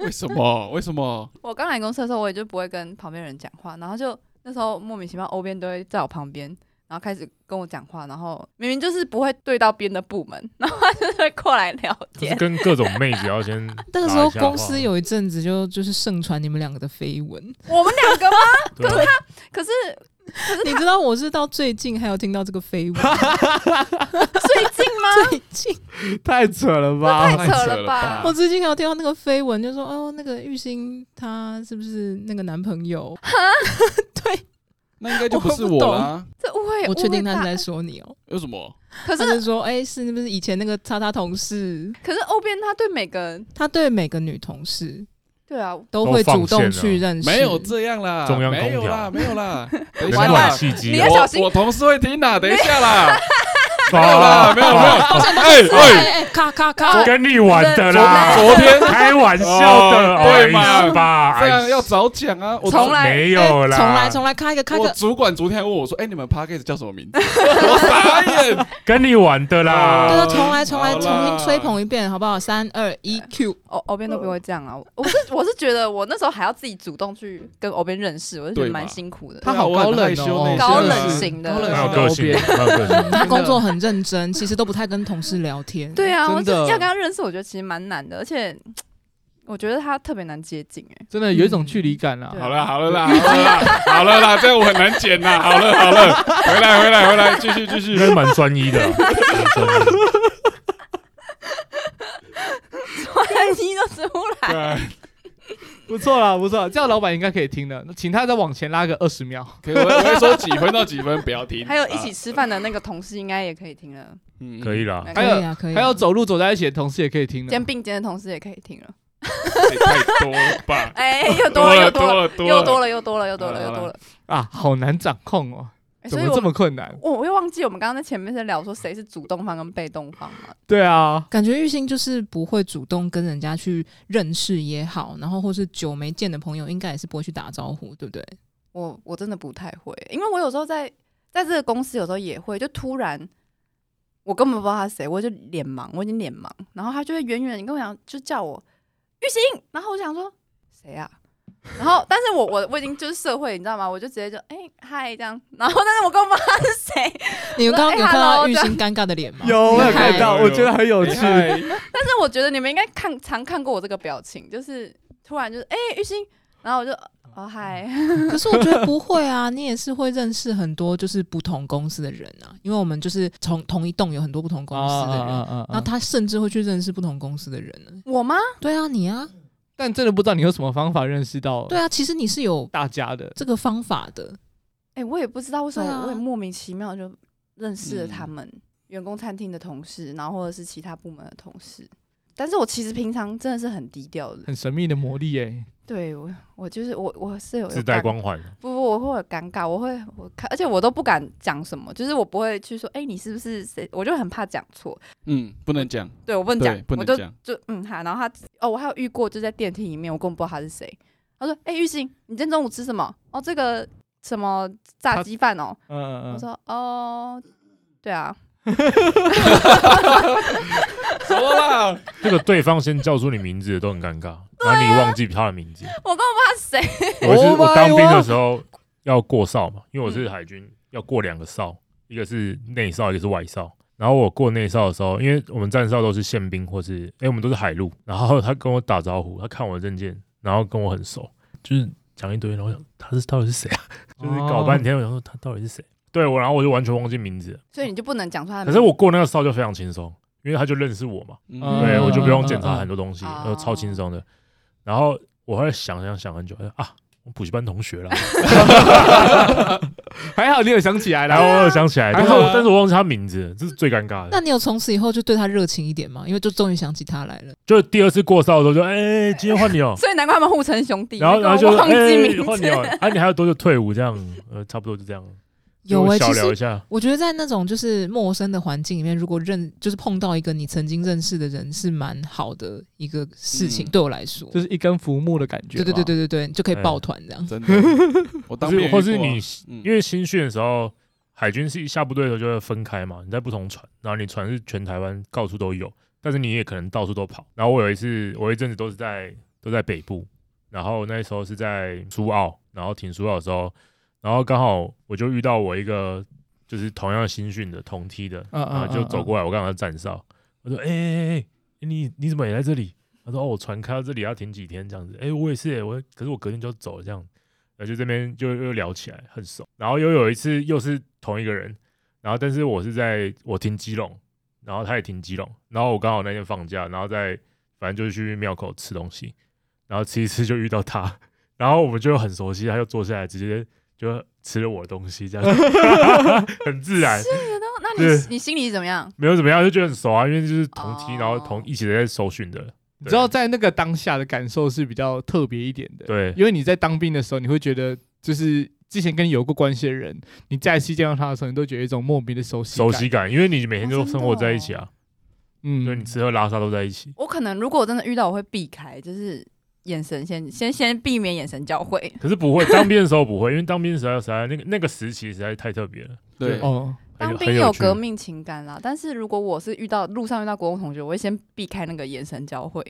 C: 为什么？为什么？
D: 我刚来公司的时候，我也就不会跟旁边人讲话，然后就那时候莫名其妙，欧边都会在我旁边，然后开始跟我讲话，然后明明就是不会对到边的部门，然后他就会过来聊
B: 就是
D: 天。
B: 跟各种妹子要先
E: 那个时候
B: 打一下话
E: 公
A: 啊
E: 司有一阵子就就是盛传你们两个的绯闻，
D: 我们两个吗？
B: 对啊
D: 可是
E: 你知道我是到最近还有听到这个绯
D: 最
E: 闻，
D: 近吗？
E: 最近
A: 太扯了吧，
D: 太扯了吧
C: 啊
E: 我最近还有听到那个绯闻，就说哦，那个玉兴她是不是那个男朋友？对，
C: 那应该就不是我啦。
D: 这误会，
E: 我确定他是
D: 误会
E: 在说你哦、
C: 有什么？
D: 大。可
E: 他
D: 是
E: 就说哎、是不是以前那个叉叉同事？
D: 可是欧边他对每个人，
E: 他对每个女同事
D: 对啊，
E: 都会主动去认识，
C: 没有这样啦，
B: 中央空调
C: 没有啦，没有啦。等
B: 冷
C: 一下
D: 完
B: 暖
C: 啦，
B: 气机
D: 你
B: 啊
D: 要，小心
C: 我我同事会听的，等一下啦。
B: 没
C: 没
B: 啊
C: 有啦，没有没有。哎
E: 哎
C: 哎，
E: 哎、咔咔咔
D: 我，
B: 跟你玩的啦，
C: 昨昨天
B: 开玩笑的，
C: 哦对嘛
B: 哎是吧？
C: 这样
B: 哎
C: 要早讲啊。我
D: 从来
B: 没有啦，
E: 重来重来，开一个开一
C: 我
E: 个，
C: 主管昨天还问我说：“哎，你们 p a c k a g e 叫什么名字？”我傻眼。
B: 跟你玩的
E: 对
B: 啦
C: 哦，
E: 啊，重来重来，
C: 好
E: 重
C: 啦
E: 新吹捧一遍好不好？三二一，Q。
D: 欧欧边都不会这样啊。我我是我是觉得我那时候还要自己主动去跟欧边认识，我就觉得
C: 对嘛
D: 蛮辛苦的。
A: 他好高冷哦，
D: 高冷型的
A: 高冷
B: 蛮
A: 型
B: 有
A: 的
B: 个性的，
D: 啊
B: 蛮有个性的。
E: 嗯他工作很认真，其实都不太跟同事聊天。
D: 对啊，我
A: 真
D: 就
A: 的
D: 要跟他认识，我觉得其实蛮难的，而且我觉得他特别难接近哎、
A: 真的有一种距离感啊
D: 嗯。
C: 好了好了啦，好了啦，好了啦，这样我很难剪啦。好了好了，回来回来回来，继续继续
B: 应。该是蛮专一的啊，蛮专一 的
D: 万一都出来，
C: 对，
A: 不错啦，不错啦，这样老板应该可以听的。那请他再往前拉个二十秒。
C: 可以我我会说几分到几分不要 听。
D: 还有一起吃饭的那个同事应该也可以听了，
C: 嗯
B: 可以啦。
D: 那个
E: 可以啊，可以啊。
A: 还有走路走在一起的同事也可以听
D: 肩
A: 的。
D: 并肩的同事也可以听了。
C: 太多了吧？
D: 哎、又多了，又多了，
C: 了
D: 又多了，又多了，又多
C: 好
D: 了，
C: 了
D: 又多
C: 好
D: 了。
A: 啊，好难掌控哦，
D: 哎
A: 怎
D: 所以
A: 么
D: 我
A: 这么困难？
D: 我我又忘记我们刚刚在前面在聊说谁是主动方跟被动方了。
A: 对啊，
E: 感觉玉兴就是不会主动跟人家去认识也好，然后或是久没见的朋友，应该也是不会去打招呼，对不 对？
D: 我我真的不太会，因为我有时候在在这个公司有时候也会，就突然我根本不知道他是谁，我就脸盲，我已经脸盲，然后他就会远远地跟我讲，就叫我玉兴，然后我想说谁啊？然后，但是我我我已经就是社会，你知道吗？我就直接就哎嗨、这样，然后但是我根本不知道他是谁，
E: 你们刚刚
D: 哎
E: 有看到
D: hello，
E: 玉兴尴尬的脸吗？
A: 有我有看到，
C: 有有
A: 我觉得很有趣。哎
D: 但是我觉得你们应该看常看过我这个表情，就是突然就是哎、玉兴，然后我就哦嗨，
E: 可是我觉得不会啊，你也是会认识很多就是不同公司的人啊，因为我们就是从同一栋有很多不同公司的人，
A: 啊
E: 然后他甚至会去认识不同公司的人呢、
D: 我吗？
E: 对啊，你啊，
A: 但真的不知道你有什么方法认识到
E: 对啊，其实你是有
A: 大家的。
E: 这个方法的，
D: 哎、我也不知道为什么，
E: 对啊
D: 我也莫名其妙就认识了
C: 嗯
D: 他们、员工餐厅的同事，然后或者是其他部门的同事。但是我其实平常真的是很低调 的，
A: 很神秘的魔力哎、
D: 对我我就是我我是有
B: 自带
D: 有尴
B: 光环，
D: 不不，我会有尴尬，我会我看，而且我都不敢讲什么，就是我不会去说，哎、你是不是谁？我就很怕讲错，
C: 嗯，不能讲，
D: 对我不能
C: 对，
D: 讲，
C: 不
D: 我
C: 能
D: 就
C: 讲，
D: 就嗯哈，然后他哦，我还有遇过，就在电梯里面，我根本不知道他是谁。他说：“哎、玉兴，你今天中午吃什么？哦，这个什么炸
A: 他
D: 鸡饭哦。
A: 嗯嗯嗯
D: 我说：“哦，对啊，
C: 怎么啦？
B: 这个对方先叫出你名字都很尴尬，然后你忘记他的名字。
D: 我根本不知道他是谁。
B: 我是
A: Oh my 嗯
B: 我当兵的时候要过哨嘛，因为我是海军，要过两个哨，一个是内哨，一个是外哨。然后我过内哨的时候，因为我们站哨都是宪兵或是哎、我们都是海陆。然后他跟我打招呼，他看我的证件，然后跟我很熟，就是讲一堆，然后我想他是到底是谁啊？
A: 哦
B: 就是搞半天，我想说他到底是谁？对我，然后我就完全忘记名
A: 嗯
B: 字了。”
D: 所以你就不能讲出他的
B: 可
D: 名
B: 是
D: 字。
B: 我过那个哨就非常轻松，因为他就认识我嘛。
A: 嗯
B: 对，我就不用
A: 嗯
B: 检查
A: 嗯
B: 很多东西，
D: 哦，
B: 呃，超轻松的。然后我还想想想很久，啊，我补习班同学啦，
A: 哦还好你有想起来
B: 然
A: 啦，
B: 后我想起来，哦但是
A: 还
B: 我
A: 好啊
B: 但是我忘记他名字，这是最尴尬
E: 那
B: 的。
E: 你有从此以后就对他热情一点吗？因为就终于想起他来了。
B: 就第二次过哨的时候就，哎，今天换你哦
D: 所以难怪他们互称兄弟。
B: 然后
D: 因为
B: 然后就
D: 我忘记名
B: 哎
D: 字。
B: 换你 哦，啊，你还有多久退伍？这样，呃，差不多就这样。
E: 有
B: 我
E: 哎、
B: 小
E: 其
B: 聊一
E: 实
B: 下，
E: 我觉得在那种就是陌生的环境里面，如果认就是碰到一个你曾经认识的人，是蛮好的一个事情。
C: 嗯
E: 对我来说，
A: 就是一根浮木的感觉。
E: 对对对，对对对，你就可以抱团这样。
C: 真的，我
B: 或
C: 当
B: 是
C: 兵
B: 或是你，
C: 因
B: 因为新训的时候，海军是一下部队的时候就会分开嘛，你在不同船，然后你船是全台湾到处都有，但是你也可能到处都跑。然后我有一次，我有一阵子都是在都在北部，然后那时候是在苏澳，然后挺苏澳的时候，然后刚好我就遇到我一个就是同样新训的同梯的，
A: 嗯
B: 然
A: 嗯，
B: 后啊就走过来，我刚刚站哨，我说：“哎哎哎哎，你你怎么也在这里？”他说：“哦，我船开到这里要停几天这样子。”哎，我也是、哎，我可是我隔天就要走了这样，然后就这边就又聊起来，很熟。然后又有一次又是同一个人，然后但是我是在我停基隆，然后他也停基隆，然后我刚好那天放假，然后在反正就是去庙口吃东西，然后吃一吃就遇到他，然后我们就很熟悉，他就坐下来直接就吃了我的东西这样子， 很自然。
D: 那那你
B: 对
D: 你心里怎么样？
B: 没有怎么样，就觉得很熟啊，因为就是同梯，
D: 哦
B: 然后同一起在受训的。
A: 你知道在那个当下的感受是比较特别一点的。
B: 对，
A: 因为你在当兵的时候，你会觉得就是之前跟你有过关系的人，你再一次见到他的时候，你都觉得一种莫名的熟悉
B: 熟
A: 感
B: 悉。感，因为你每天
D: 哦
B: 都
D: 真的
B: 生活在一起啊，
A: 嗯，
B: 对你吃喝拉撒都在一起。
D: 我可能如果我真的遇到，我会避开，就是眼神先先先避免眼神交汇。
B: 可是不会，当兵的时候不 会，因为当兵实在实在那个那个时期实在太特别了，
C: 对，
A: 哦，
B: 很
D: 当
B: 有
D: 兵
B: 很
D: 有
B: 趣
D: 革命情感啦，但是如果我是遇到路上遇到国中同学，我会先避开那个眼神交汇。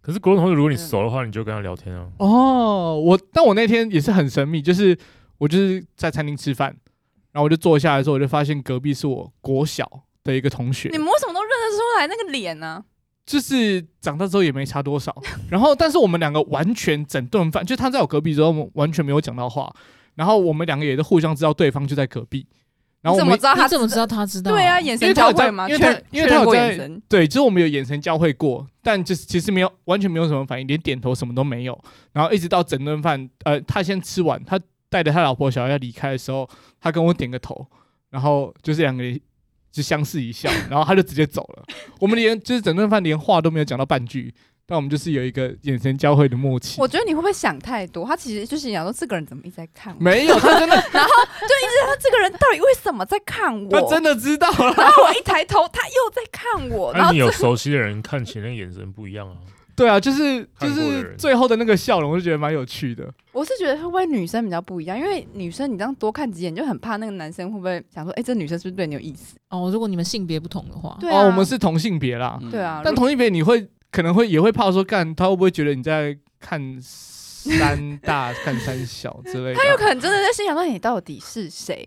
B: 可是国中同学，如果你熟的话，你就跟他聊天啊。
A: 哦，我但我那天也是很神秘，就是我就是在餐厅吃饭，然后我就坐下来的时候，我就发现隔壁是我国小的一个同学
D: 你，们为什么都认得出来那个脸啊呢、
A: 就是长大之后也没差多少。 然后，但是我们两个完全整顿饭，就他在我隔壁之后，我们完全没有讲到话。然后我们两个也都互相知道对方就在隔壁。然后我
D: 你怎么
A: 们
D: 知道
E: 你
D: 啊他
E: 怎么知道他知道？
D: 对啊，眼
A: 因为
D: 神
A: 他有
D: 交
A: 在
D: 汇吗？
A: 因为
D: 确
A: 他
D: 认
A: 因为
D: 确认
A: 他有
D: 过
A: 在嗯
D: 眼神，
A: 对，就是我们有眼神交汇过，但就是其实没有完全没有什么反应，连点头什么都没有。然后一直到整顿饭，呃，他先吃完，他带着他老婆小孩要离开的时候，他跟我点个头，然后就是两个人就相视一笑，然后他就直接走了。我们连就是整顿饭连话都没有讲到半句，但我们就是有一个眼神交汇的默契
D: 我。觉得你会不会想太多？他其实就是想说，这个人怎么一直在看我？
A: 没有，他真的，
D: 他这个人到底为什么在看 我？
A: 他啊真的知道了。
D: 然后我一抬头，他又在 看我，然
B: 那
D: 后
B: 啊你有熟悉的人看起来那个眼神不一样 啊。
A: 对啊，就是就
B: 看过的
A: 是
B: 人
A: 最后的那个笑容，我就觉得蛮有趣的。
D: 我是觉得会不会女生比较不一样？因为女生你这样多看几眼，就很怕那个男生会不会想说，哎、这女生是不是对你有意思？
E: 哦，如果你们性别不同的话，
D: 对啊，
A: 哦，我们是同性别啦，
C: 嗯
D: 对啊，
A: 但同性别你会可能会也会怕说，干他会不会觉得你在看 三大、看三小之类的？
D: 他有可能真的在心想说，哎你到底是谁？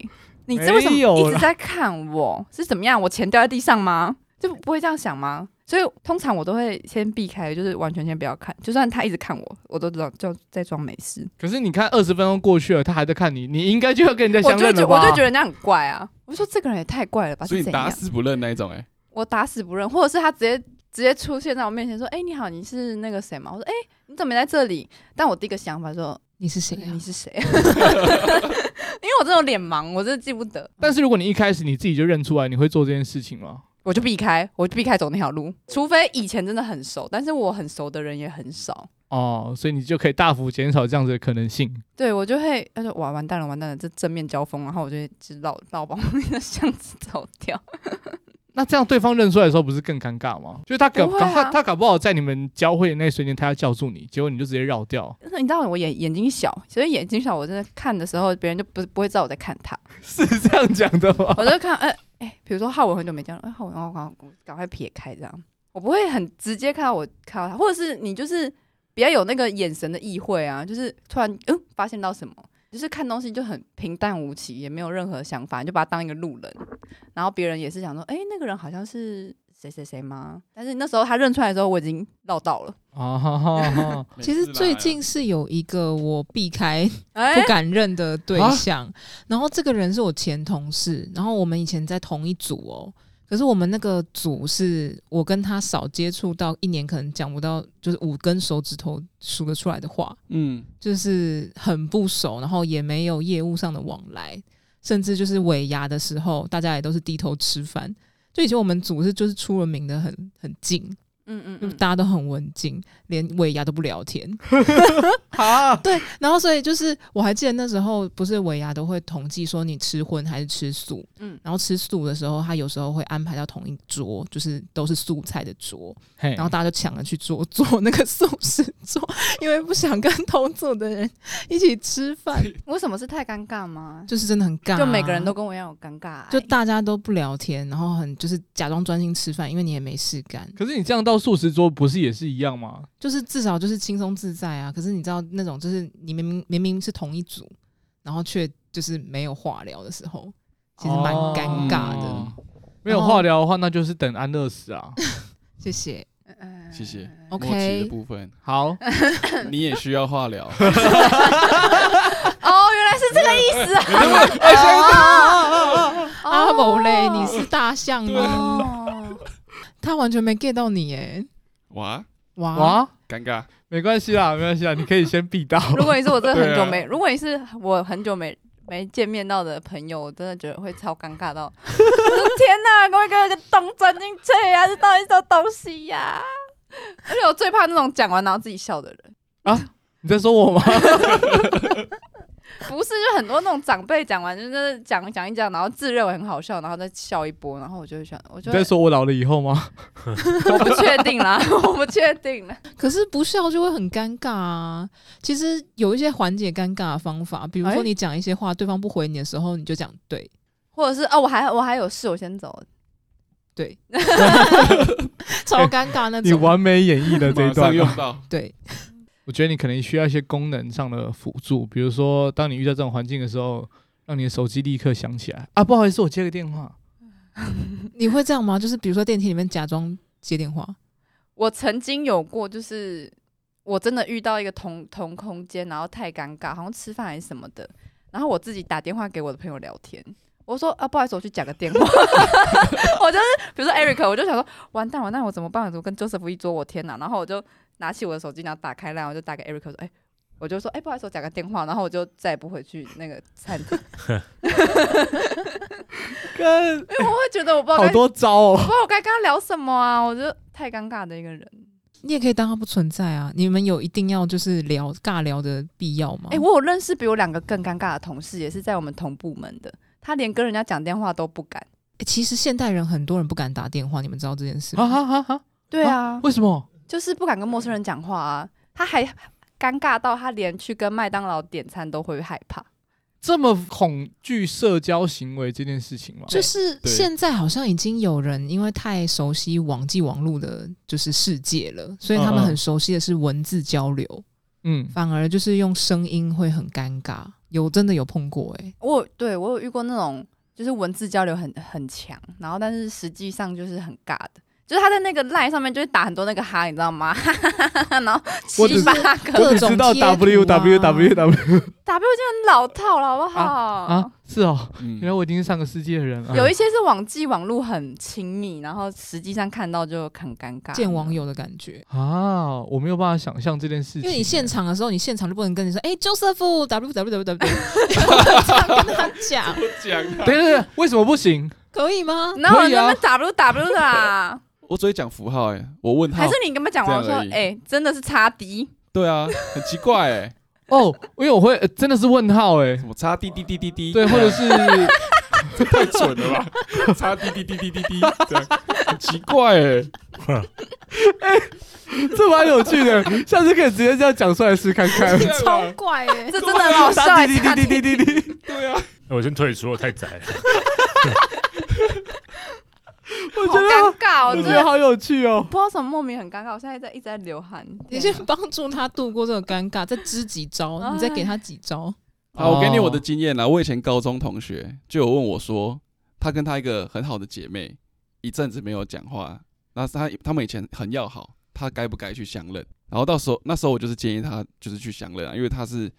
D: 你这为什么
A: 没有啦
D: 一直在看我？是怎么样？我钱掉在地上吗？就不会这样想吗？所以通常我都会先避开，就是完全先不要看。就算他一直看我，我都知道就在装没事。
A: 可是你看二十分钟过去了，他还在看你，你应该就要跟人家
D: 我
A: 相
D: 就
A: 认
D: 觉
A: 了
D: 我
A: 吧？
D: 就觉得人家很怪啊！我就说这个人也太怪了吧，
C: 所以
D: 是
C: 你
D: 怎
C: 打
D: 样？
C: 死不认那一种，哎，
D: 我打死不认，或者是他直接直接出现在我面前说：“哎、你好，你是那个谁吗？”我说：“哎、你怎么也在这里？”但我第一个想法说
E: 你是：“谁
D: 哎
E: 啊
D: 你？是谁？” 因为我这种脸盲，我真的记不得。
A: 但是如果你一开始你自己就认出来，你会做这件事情吗？
D: 我就避开，我就避开走那条路，除非以前真的很熟，但是我很熟的人也很少。
A: 哦，所以你就可以大幅减少这样子的可能性。
D: 对我就会，他说哇完蛋了完蛋了，这正面交锋，然后我就就绕绕往那个巷子走掉。
A: 那这样对方认出来的时候不是更尴尬吗？就是他搞、
D: 不会
A: 搞
D: 啊
A: 他他搞不好在你们交汇的那一瞬间，他要叫住你，结果你就直接绕 掉。
D: 但是你知道我眼眼睛小，所以眼睛小，我真的看的时候，别人就不不会知道我在看他，
A: 是这样讲的 吗？
D: 我就看，哎、哎、比如说浩文很久没见了，哎、浩文，我赶快赶快撇开这样，我不会很直接看到我看到他，或者是你就是比较有那个眼神的意会啊，就是突然嗯发现到什么，就是看东西就很平淡无奇，也没有任何想法，你就把他当一个路人，然后别人也是想说，哎、那个人好像是谁谁谁吗？但是那时候他认出来的时候，我已经绕道了，
A: 啊哈哈哈！
E: 其实最近是有一个我避开
D: 哎、啊
E: 不敢认的对象，然后这个人是我前同事，然后我们以前在同一组哦。可是我们那个组是我跟他少接触到一年，可能讲不到就是五根手指头数得出来的话，
C: 嗯，
E: 就是很不熟，然后也没有业务上的往来，甚至就是尾牙的时候，大家也都是低头吃饭。就以前我们组是就是出了名的很很近，
D: 嗯嗯
E: 就
D: 嗯，
E: 大家都很文静，连尾牙都不聊天。
A: 啊，
E: 对，然后所以就是我还记得那时候不是尾牙都会统计说你吃荤还是吃素，
D: 嗯
E: 嗯，然后吃素的时候，他有时候会安排到同一桌，就是都是素菜的桌，
A: 嘿
E: 然后大家就抢着去桌做那个素食桌，因为不想跟同组的人一起吃饭，
D: 嗯为什么是太尴尬吗？
E: 就是真的很尬啊、
D: 就每个人都跟我一样有尴尬、哎
E: 就大家都不聊天，然后很就是假装专心吃饭，因为你也没事干，
A: 可是你这样到素食桌不是也是一样吗？
E: 就是至少就是轻松自在啊。可是你知道那种就是你明明明明是同一组，然后却就是没有话聊的时候，其实蛮尴尬的。
A: 哦
C: 嗯
A: 没有话聊的话，那就是等安乐死啊。
E: 谢谢
D: 嗯
C: 谢谢默契的
E: ，OK，
C: 部分，
A: 好，
C: 你也需要化疗。
D: 哦，原来是这个意思啊！
E: 阿某嘞，啊你是大象吗？
C: 啊
D: 哦，
E: 他完全没 get 到你耶！
C: 哇，
E: 哇，
A: 哇，
C: 尴尬，
A: 没关系啦，没关系啦，你可以先避到。
D: 如果你是我真的很
C: 对
D: 久
C: 啊
D: 没，如果你是我很久没没见面到的朋友，我真的觉得会超尴尬到，我说天啊哪，各位哥个洞钻进去啊，这到底是什么东西呀、而且我最怕那种讲完然后自己笑的人，
A: 你在说我吗？
D: 不是就很多那种长辈讲完就是讲讲一讲，然后自认为很好笑，然后再笑一波，然后我就会想，我
A: 你
D: 就会
A: 在说我老了以后 吗？
D: 我不确定啦， 我不确定啦。
E: 可是不笑就会很尴尬啊。其实有一些缓解尴尬的方法，比如
D: 哎
E: 说你讲一些话，对方不回你的时候，你就讲对
D: 或者是哦，我还我还有事，我先走。
E: 对，超尴尬那
A: 你
E: 种。
A: 完美演绎了这一
C: 马
A: 段吗。
C: 上用到。
E: 对，
A: 我觉得你可能需要一些功能上的辅助，比如说，当你遇到这种环境的时候，让你的手机立刻响起来啊，不好意思，我接个电话。
E: 你会这样吗？就是比如说电梯里面假装接电话，
D: 我曾经有过，就是我真的遇到一个同同空间，然后太尴尬，好像吃饭还是什么的，然后我自己打电话给我的朋友聊天。我说啊，不好意思，我去讲个电话。 我就是，比如说 Eric，我就想说，完蛋完蛋，我怎么办？我怎么跟 Joseph 一桌？我天哪！然后我就拿起我的手机，然后打开然后我就打给 Eric 说，哎、我就说，哎、不好意思，我讲个电话。然后我就再也不回去那个餐厅，
A: 跟
D: 因为我会觉得我不知
A: 好
D: 道该，我
A: 多招哦，
D: 不知道我该跟他聊什么啊，我就太尴尬的一个人。
E: 你也可以当他不存在啊。你们有一定要就是聊尬聊的必要吗？
D: 哎、我有认识比我两个更尴尬的同事，也是在我们同部门的，他连跟人家讲电话都不敢。
E: 欸其实现代人很多人不敢打电话，你们知道这件事
A: 哈
E: 吗？
A: 哈哈哈！
D: 对啊，
A: 为什么？
D: 就是不敢跟陌生人讲话啊。他还尴尬到他连去跟麦当劳点餐都会害怕。
A: 这么恐惧社交行为这件事情吗？
E: 就是
C: 对
E: 现在好像已经有人因为太熟悉网际网络的，就是世界了，所以他
A: 嗯
E: 们
A: 嗯
E: 很熟悉的是文字交流，
A: 嗯，
E: 反而就是用声音会很尴尬。有真的有碰过哎、
D: 我有对我有遇过那种，就是文字交流很很强，然后但是实际上就是很尬的。就是他在那个 line 上面就会打很多那个哈，你知道吗？ 然后
A: 我只
D: 七
A: 是
D: 八个，
E: 各
A: 我只
E: 种
A: 知道
E: 贴图啊
A: W W W W
D: 打 W 已经很老套了，好不好？
A: 啊，是哦，原来
C: 嗯，
A: 我已经是上个世纪的人了。
D: 有一些是网际网络很亲密，然后实际上看到就很尴尬。
E: 见网友的感觉。
A: 啊，我没有办法想象这件事情，
E: 因为你现场的时候，你现场就不能跟你说，哎、j o s e p h W W W W，不能这样跟他讲。
C: 讲啊
A: 欸。等一下，等一下为什么不行？
E: 可以吗？
D: 然后我
C: 可以啊
D: 那边 W W 的啦，
C: 我只会讲符号哎、我问
D: 还
C: 号
D: 是，你跟他们讲完
C: 这
D: 说
C: 样而已，
D: 哎，真的是差 D，
C: 对啊，很奇怪哎、
A: 哦，因为我会、呃真的是问号哎、
C: 什么叉滴滴滴滴滴，
A: 对，或者 是
C: 太蠢了吧， 叉滴滴滴滴滴滴，对， 很奇怪 哎、
A: 这蛮有趣的，下次可以直接这样讲出来试看看。
C: 啊
E: 超怪哎、
D: 这真的很好笑。
A: 滴滴滴滴滴滴滴，
C: 对啊，
B: 我先退出，我太宅了。
A: 我觉
D: 好
A: 得
D: 尴尬，我
A: 我
D: 真
A: 觉得
D: 的
A: 好有趣哦。
D: 不知道什么莫名很尴尬，我现在在一直在流汗。
E: 你
D: 天
E: 先
D: 哪
E: 帮助他度过这个尴尬，再支几招，你再给他几招。
C: 好，我给你我
D: 哦
C: 的经验啦。我以前高中同学就有问我说，她跟她一个很好的姐妹一阵子没有讲话，那她他们以前很要好，她该不该去相认？然后到时候那时候我就是建议她就是去相认啊，因为她是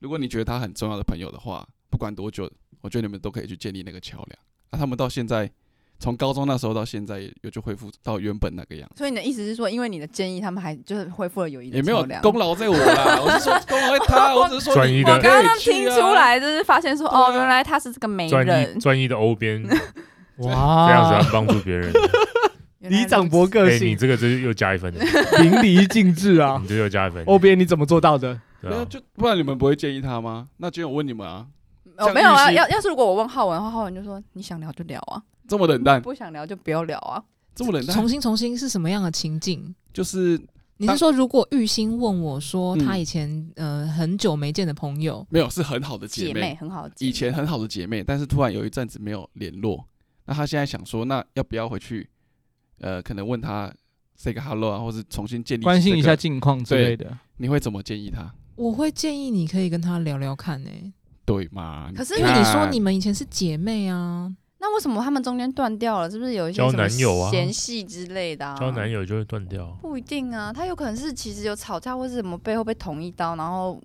C: 如果你觉得她很重要的朋友的话，不管多久，我觉得你们都可以去建立那个桥梁。啊，他们到现在从高中那时候到现在又就恢复到原本那个样子。
D: 所以你的意思是说，因为你的建议，他们还就是恢复了友谊的
C: 也没有
D: 桥梁
C: 功劳在我啦，我是说功劳在她，我只是说
B: 专一
C: 你
B: 的
D: 我
C: 可
D: 刚刚
C: 以去
D: 听
C: 啊
D: 出来，就是发现说，
C: 对啊
D: 哦，原来他是这个媒
B: 专
D: 人
B: 一。专一的欧 边，这样子啊
A: 哇，
B: 要帮助别人。
D: 原来
A: 李长博
B: 哎
A: 个，
B: 你
A: 性
B: 这个就是又加一 分了，
A: 淋漓尽致啊
B: 你！这又加一分。
D: 哦
A: 欧边你怎么做到的？
B: 对
C: 没有，
B: 啊，
C: 就不然你们不会建议他吗？那今天我问你们啊，
D: 哦
C: 像
D: 没有
C: 玉
D: 啊，
C: 溪
D: 要要是如果我问浩文的话，浩文就说你想聊就聊啊，
C: 这么冷淡，
D: 不想聊就不要聊啊。
C: 这么冷淡
E: 重，新重新是什么样的情境？
C: 就是
E: 你是说，如果玉兴问我说
C: 嗯
E: 他以前呃很久没见的朋友，
C: 没有是很好的姐
D: 姐
C: 妹，
D: 妹很好的姐妹，
C: 以前很好的姐妹，但是突然有一阵子没有联络，那她现在想说，那要不要回去？呃，可能问她 say 个 hello 啊，或是重新建立、
A: 关心一下，近况之类的。
C: 你会怎么建议她？
E: 我会建议你可以跟他聊聊看呢、
C: 对嘛？
D: 可是
E: 因为你说
C: 看
E: 你们以前是姐妹啊，
D: 那为什么他们中间断掉了？是不是有一些
B: 交
D: 什么
B: 男友啊
D: 嫌隙之类的、啊？
B: 交男友就会断掉，
D: 不一定啊，他有可能是其实有吵架，或是什么背后被捅一刀，然后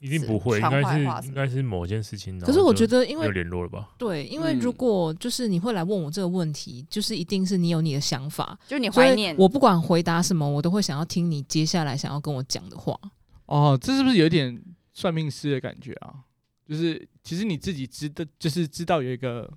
B: 一定不会，应
D: 传
B: 该
D: 坏话
B: 是应
D: 什么
B: 该是某件事情。
E: 可是我觉
B: 得
E: 得因
B: 没有
E: 为
B: 联络了吧？
E: 对，因为
C: 嗯
E: 如果就是你会来问我这个问题，就是一定是你有你的想法，
D: 就你
E: 所
D: 怀
E: 以
D: 念。
E: 我不管回答什么，我都会想要听你接下来想要跟我讲的话。
A: 哦，这是不是有点算命师的感觉啊？就是其实你自己知的，就是知道有一个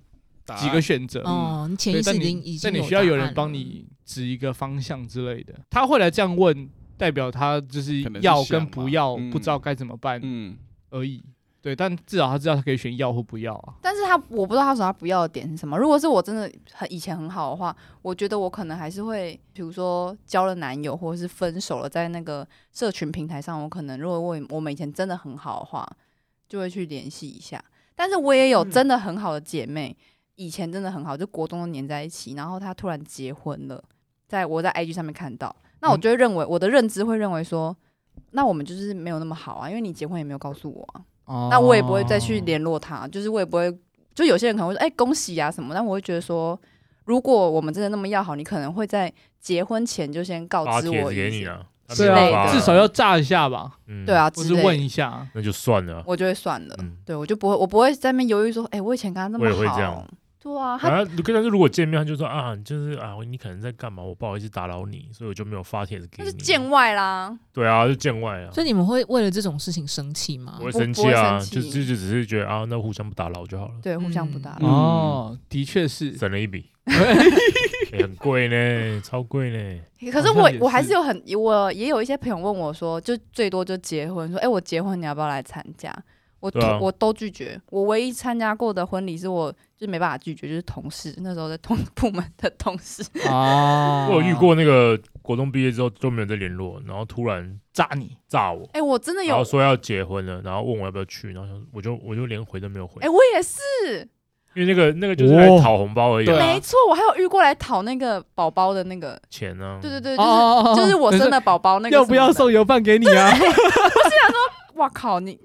C: 答
A: 几个选择，
E: 哦，你
A: 嗯
E: 潜
A: 对，
E: 意识
A: 但
E: 已
A: 你
E: 经已经
A: 但你需
E: 答
A: 要
E: 案
A: 有人帮
E: 了
A: 你指一个方向之类的。他会来这样问，代表他就是
C: 可能是
A: 要
C: 想
A: 跟
C: 嘛
A: 不要，
C: 嗯
A: 不知道该怎么办
C: 嗯，
A: 而已。对，但至少他知道他可以选要或不要啊。
D: 但是他我不知道他说他不要的点是什么。如果是我真的很以前很好的话，我觉得我可能还是会，比如说交了男友或者是分手了，在那个社群平台上，我可能如果我我们以前真的很好的话，就会去联系一下。但是我也有真的很好的姐妹，以前真的很好，就国中都黏在一起，然后她突然结婚了，在我在 IG 上面看到，那我就会认为、我的认知会认为说，那我们就是没有那么好啊，因为你结婚也没有告诉我啊。
A: 哦
D: 那我也不会再去联络他，就是我也不会，就有些人可能会说，哎、恭喜啊什么，但我会觉得说，如果我们真的那么要好，你可能会在结婚前就先告
B: 发
D: 知
B: 帖
D: 我
B: 子
D: 一
B: 给你
D: 些，
B: 啊，他
A: 对
B: 没有
A: 啊，
B: 发
A: 至少要炸一下吧，
B: 嗯
D: 对，啊，
A: 或
D: 之
A: 是
D: 类的
A: 问一下。
B: 那就算了。
D: 我就会算了，
B: 嗯，
D: 对我就不会，我不会在那边犹豫说，哎、我以前跟他那么
B: 我
D: 好，
B: 也会这样
D: 对啊， 他、
B: 啊，但是如果见面，他就说啊，就是啊，你可能在干嘛？我不好意思打扰你，所以我就没有发帖子给你。
D: 那是见外啦，
B: 对啊，就见外啊，
E: 所以你们会为了这种事情生气吗
B: 我？会
D: 不
B: 生
D: 不
B: 气
D: 会
B: 啊，
D: 生
B: 就就
D: 气
B: 就只是觉得啊，那互相不打扰就好了，
D: 对，互相不打
C: 嗯
D: 扰。
A: 哦，的确 是，
B: 省了一笔，欸很贵呢，超贵 呢。
D: 可是
A: 好像
D: 我
A: 也
D: 我还
A: 是
D: 是有很，我也有一些朋友问我说，就最多就结婚，说，哎、我结婚你要不要来参加？我都、
B: 对啊
D: 我都拒绝，我唯一参加过的婚礼是我就没办法拒绝，就是同事那时候在同部门的同事，
A: 哦，
B: 我有遇过那个国中毕业之后都没有再联络，然后突然
A: 炸你，
B: 炸我，
D: 哎、我真的
B: 然
D: 有
B: 后，说要结婚了，然后问我要不要去，然后想说我就我就连回都没有回
D: 哎、，我也是，
B: 因为那个那个就是来
A: 哇
B: 讨红包而已
C: 对
B: 啊，
C: 啊
D: 没错，我还有遇过来讨那个宝宝的那个，
B: 钱啊呢？
D: 对对对，就是、
A: 哦，
D: 就 是我生的宝宝那个，
A: 要不要？送油饭给你 啊？
D: 哇靠，你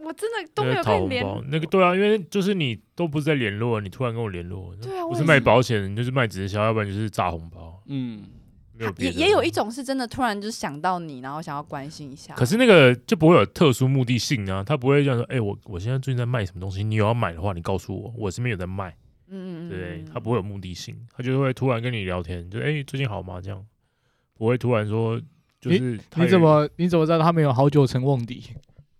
D: 我真的都
B: 那
D: 没
B: 个
D: 有
B: 讨
D: 被
B: 红
D: 连，
B: 包，那个对啊，因为就是你都不是在联络，啊你突然跟我联络，
D: 对啊，
B: 不
D: 我
B: 是
D: 也
B: 卖保险，你就是卖直销，要不然就是炸红包，
C: 嗯，
B: 没有别
D: 啊也
B: 的
D: 也有一。种是真的突然就想到你，然后想要关心一下，
B: 可是那个就不会有特殊目的性啊，他不会这样说，哎、我我现在最近在卖什么东西，你有要买的话，你告诉我，我这边有在卖，
D: 嗯嗯嗯，
B: 对
D: 嗯
B: 他不会有目的性，他就会突然跟你聊天，就哎、最近好吗？这样不会突然说就是他
A: 你
B: 有
A: 怎么你怎么知道他们有好久成瓮底？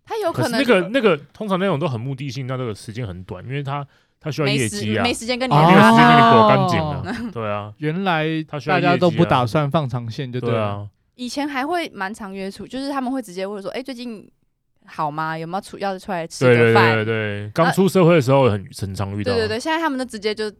D: 他有
B: 可是
D: 哦可能
B: 那个那个通常那种都很目的性，那这个时间很短，因为他他需要
D: 没
B: 业
D: 时
B: 绩啊，
D: 没时间跟你
B: 他
A: 哦
B: 没有时间跟
D: 聊。
B: 你裹干净啊，对啊，
A: 原来
B: 他需要
A: 大家
B: 业
A: 都
B: 绩
A: 不
B: 啊
A: 打算放长线，就
B: 对
A: 了。
B: 啊，
D: 以前还会蛮常约出，就是他们会直接问说：“哎，最近好吗？有没有出要出来吃
B: 对对
D: 个
B: 对对
D: 饭
B: 对，刚出社会的时候很很常？”遇到
D: 对
B: 啊，
D: 对对，现在他们都直接就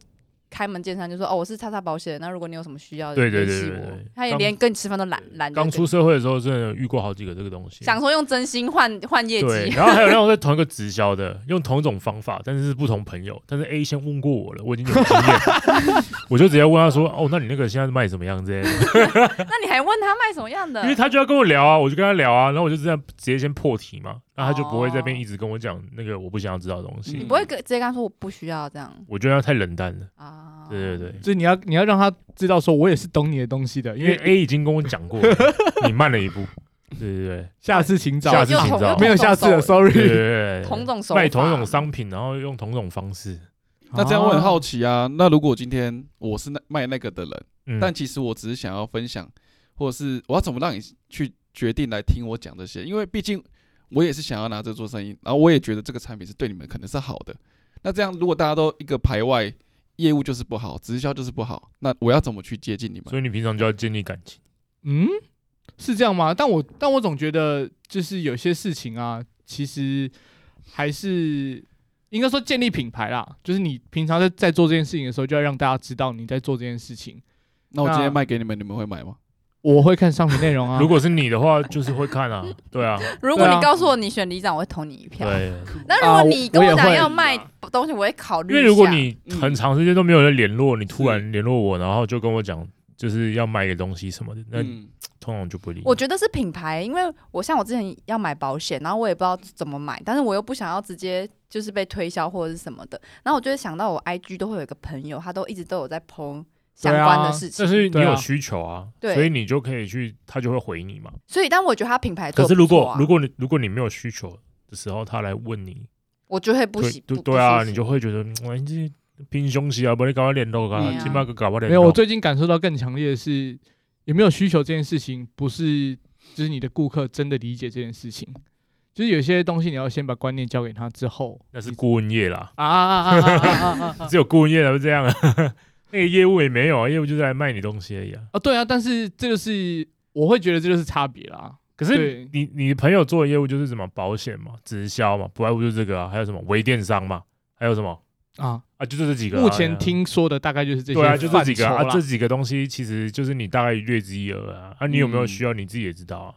D: 开门见山就说：“哦，我是叉叉保险，那如果你有什么需要，
B: 对对
D: 联系
B: 对对
D: 我
B: 对
D: 他也
B: 刚
D: 连跟你吃饭都懒懒得
B: 刚
D: 跟
B: 出社会的时候真的遇过好几个这个东西，
D: 想说用真心换换业
B: 对，
D: 绩，
B: 然后还有那种在同一个直销的，用同一种方法，但是是不同朋友。但是 A 先问过我了，我已经有经验， 我就直接问他说：“哦，那你那个现在卖什么样之类的？”
D: 那你还问他卖什么样的
B: 因？为他就要跟我聊啊，我就跟他聊啊，然后我就这样直接先破题
D: 哦
B: 嘛，那他就不会在那边一直跟我讲那个我不想要知道的东西。
C: 嗯
D: 你不会跟直接跟他说我不需要这样
B: 我觉得他太冷淡了。
D: 啊？
B: 对对对，
A: 就是你要你要让他知道，说我也是懂你的东西的，因
B: 因为
A: 为
B: A 已经跟我讲过了，你慢了一 步。对对对
A: 下次请找，
B: 下次
D: 又
B: 请
D: 同
B: 找
D: 又
A: 没有
D: 同
A: 下
D: 手
A: 次了
B: 对对
D: 了
A: ，sorry。
B: 对对，
D: 同种手法
B: 卖同一种商品，然后用同一种方式。
C: 那这样我很
A: 啊
C: 好奇啊，那如果今天我是那卖那个的人，
B: 嗯，
C: 但其实我只是想要分享，或者是我要怎么让你去决定来听我讲这些，因为毕竟我也是想要拿这做生意，然后我也觉得这个产品是对你们可能是好的。那这样如果大家都一个排外，业务就是不好，直销就是不好，那我要怎么去接近你们？
B: 所以你平常就要建立感情。
A: 嗯，是这样吗？但我但我总觉得，就是有些事情啊，其实还是应该说建立品牌啦。就是你平常在在做这件事情的时候，就要让大家知道你在做这件事情。
C: 那我今
A: 那
C: 天卖给你们，你们会买吗？
A: 我会看商品内容啊，
B: 如果是你的话，就是会看 啊，对啊，
D: 如果
A: 对啊
D: 你告诉我你选里长，我会投你一票。
B: 对。
D: 那如果你跟
A: 啊我
D: 我
A: 我也
D: 讲
A: 会
D: 要卖东西，我会考虑
B: 因
D: 一下。
B: 为如果你很
C: 嗯
B: 长时间都没有人联络，你突
C: 是
D: 嗯
B: 然联络我，然后就跟我讲就是要买个东西什么的，那
C: 嗯，
B: 通常就不理你。
D: 我觉得是品牌，因为我像我之前要买保险，然后我也不知道怎么买，但是我又不想要直接就是被推销或者是什么的，然后我就会想到我 IG 都会有一个朋友，
B: 啊
D: 他都一直都有在 PO 相关的事情，
B: 但是你
A: 对啊
B: 有需求啊，
D: 对
B: 所以你就可以去，他就会回你嘛。
D: 所以但我觉得他品牌做
B: 可是
D: 得
B: 如
D: 不
B: 果、
D: 错啊
B: 如果你如果你没有需求的时候，他来问你，
D: 我就会不
B: 对
D: 喜
B: 对
D: 不
B: 对啊，
D: 不
B: 你
D: 舒服
B: 就会觉得哎，你这平胸型啊，不然你搞我脸肉啊
D: 对，啊
B: 金巴个搞我脸
A: 没有，我
B: 肉。
A: 最近感受到更强烈的是，有没有需求这件事情，不是就是你的顾客真的理解这件事情，就是有些东西你要先把观念交给他之后，
B: 那是顾问业啦，
A: 啊啊啊啊啊啊 啊
D: 嗯
A: 啊！
B: 只有顾问业才会这样啊。 那个业务也没有啊，业务就是来卖你东西而已啊。
A: 啊，对啊，但是这就是我会觉得这就是差别啦。
B: 可是
A: 对
B: 你你朋友做的业务就是什么保险嘛、直销嘛，不外乎就是这个啊，还有什么微电商嘛，还有什么
A: 啊，
B: 啊，就这几个啊、
A: 目前听说的大概就是这些
B: 对啊，就这几个
A: 范
B: 啊，
A: 畴啦
B: 这几个东西其实就是你大概略知一二啊，啊，你有没有
C: 嗯
B: 需要你自己也知道啊，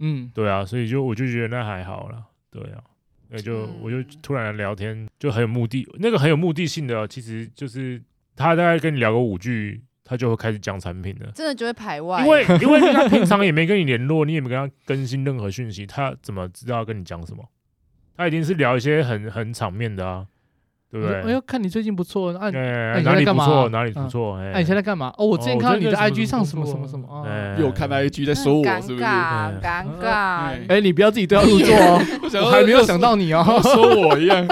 A: 嗯，
B: 对啊，所以就我就觉得那还好啦，对啊，那就、
D: 嗯
B: 我就突然聊天就很有目的，那个很有目的性的，其实就是他大概跟你聊个五句，他就会开始讲产品了。
D: 真的就会排外，
B: 因为
A: 啊
B: 因为他平 常也没跟你联络，你也没跟他更新任何讯息，他怎么知道跟你讲什么？他一定是聊一些很很场面的啊，对
A: 我
B: 不
A: 说
B: 对？
A: 哎呦，看你最近不错，啊，
B: 哎、
A: 你现
B: 哪
A: 在
B: 里
A: 干
B: 不
A: 嘛
B: 错，哪里不
A: 嗯
B: 错，哎、
A: 那你现在干嘛？哦，我之前
B: 哦
A: 看到
B: 我
A: 你
B: 最
A: 的
B: 近
A: IG
B: 什么
A: 上
B: 什
A: 什
B: 么
A: 么什
B: 工作
A: 么什么
B: 啊
A: 啊。
B: 哎
C: 有看 IG 在
D: 很
C: 说我
D: 尴
C: 是不是？
D: 尬尴尬
B: 啊
C: 哎。
A: 哎，你不要自己对号入座 哦，
C: 我想
A: 我
C: 要
A: 还没有想到你哦。
C: 说我一样。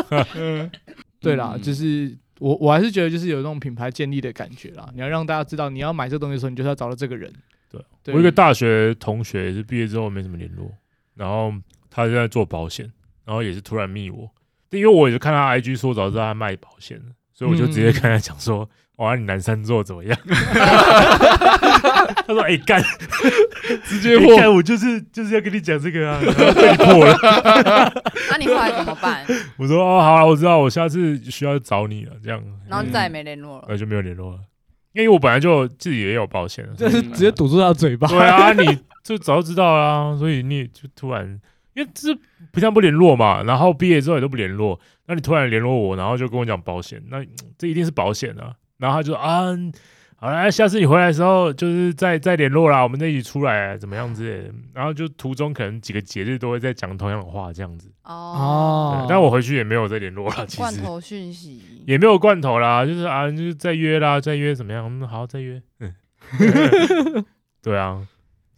A: 对啦，
C: 嗯
A: 就是我我还是觉得就是有那种品牌建立的感觉啦。你要让大家知道，你要买这个东西的时候，你就是要找到这个人。
B: 对，
A: 对
B: 我一个大学同学也是毕业之后没什么联络，然后他现在做保险，然后也是突然密我，因为我也是看他 IG 说早知道他卖保险了，所以我就直接跟他讲说，哇，你南山做怎么样？他说，哎、干，
C: 直
B: 哎
C: 接货
B: 干，我就是就是要跟你讲这个啊，然后被迫了。
D: 那你后来怎么办？
B: 我说，哦，好啊，我知道，我下次需要找你了，这样，嗯
D: 然后就再也没联络了
B: 然。后就没有联络了，因为我本来就自己也有保险了，
A: 这是
C: 嗯
A: 直接堵住他的嘴巴。
B: 对啊，你就早知道啦、所以你就突然，因为这不像不联络嘛，然后毕业之后也都不联络，那你突然联络我，然后就跟我讲保险，那嗯这一定是保险啊。然后他就说啊，嗯好啦，下次你回来的时候就是再再联络啦，我们再一起出来啊怎么样之类的。然后就途中可能几个节日都会在讲同样的话这样子，对
A: 哦，
B: 但我回去也没有再联络了，其
D: 罐
B: 实。
D: 头讯息，
B: 也没有罐头啦，就是啊，就是再约啦，再约怎么样？嗯，好，再约。嗯， 对啊，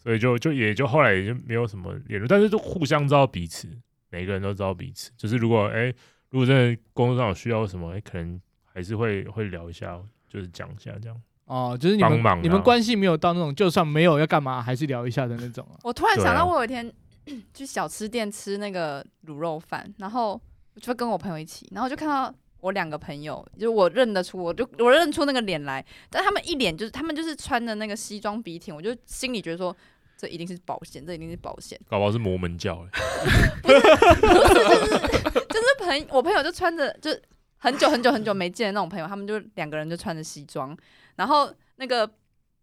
B: 所以就就也就后来也就没有什么联络，但是就互相知道彼此，每个人都知道彼此。就是如果哎、如果真的工作上有需要什么，哎、可能还是会会聊一下，就是讲一下这样。
A: 哦，就是你们
B: 帮忙啊
A: 你们关系没有到那种，就算没有要干嘛，还是聊一下的那种啊。
D: 我突然
B: 对
D: 想
B: 啊
D: 到，我有一天 去小吃店吃那个卤肉饭，然后我就跟我朋友一起，然后就看到我两个朋友，就是我认得出，我就我认出那个脸来，但他们一脸就是他们就是穿的那个西装笔挺，我就心里觉得说。这一定是保险，这一定是保险。
B: 搞不好是摩门教、欸，
D: 就是朋我朋友就穿着，就很久很久很久没见的那种朋友，他们就两个人就穿着西装，然后那个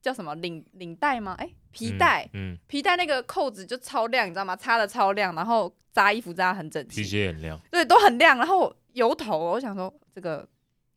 D: 叫什么领领带吗？哎、皮带，
B: 嗯，嗯，
D: 皮带那个扣子就超亮，你知道吗？擦的超亮，然后扎衣服扎的很整
B: 皮
D: 齐，
B: 鞋很亮，
D: 对，都很亮。然后油头，我想说这个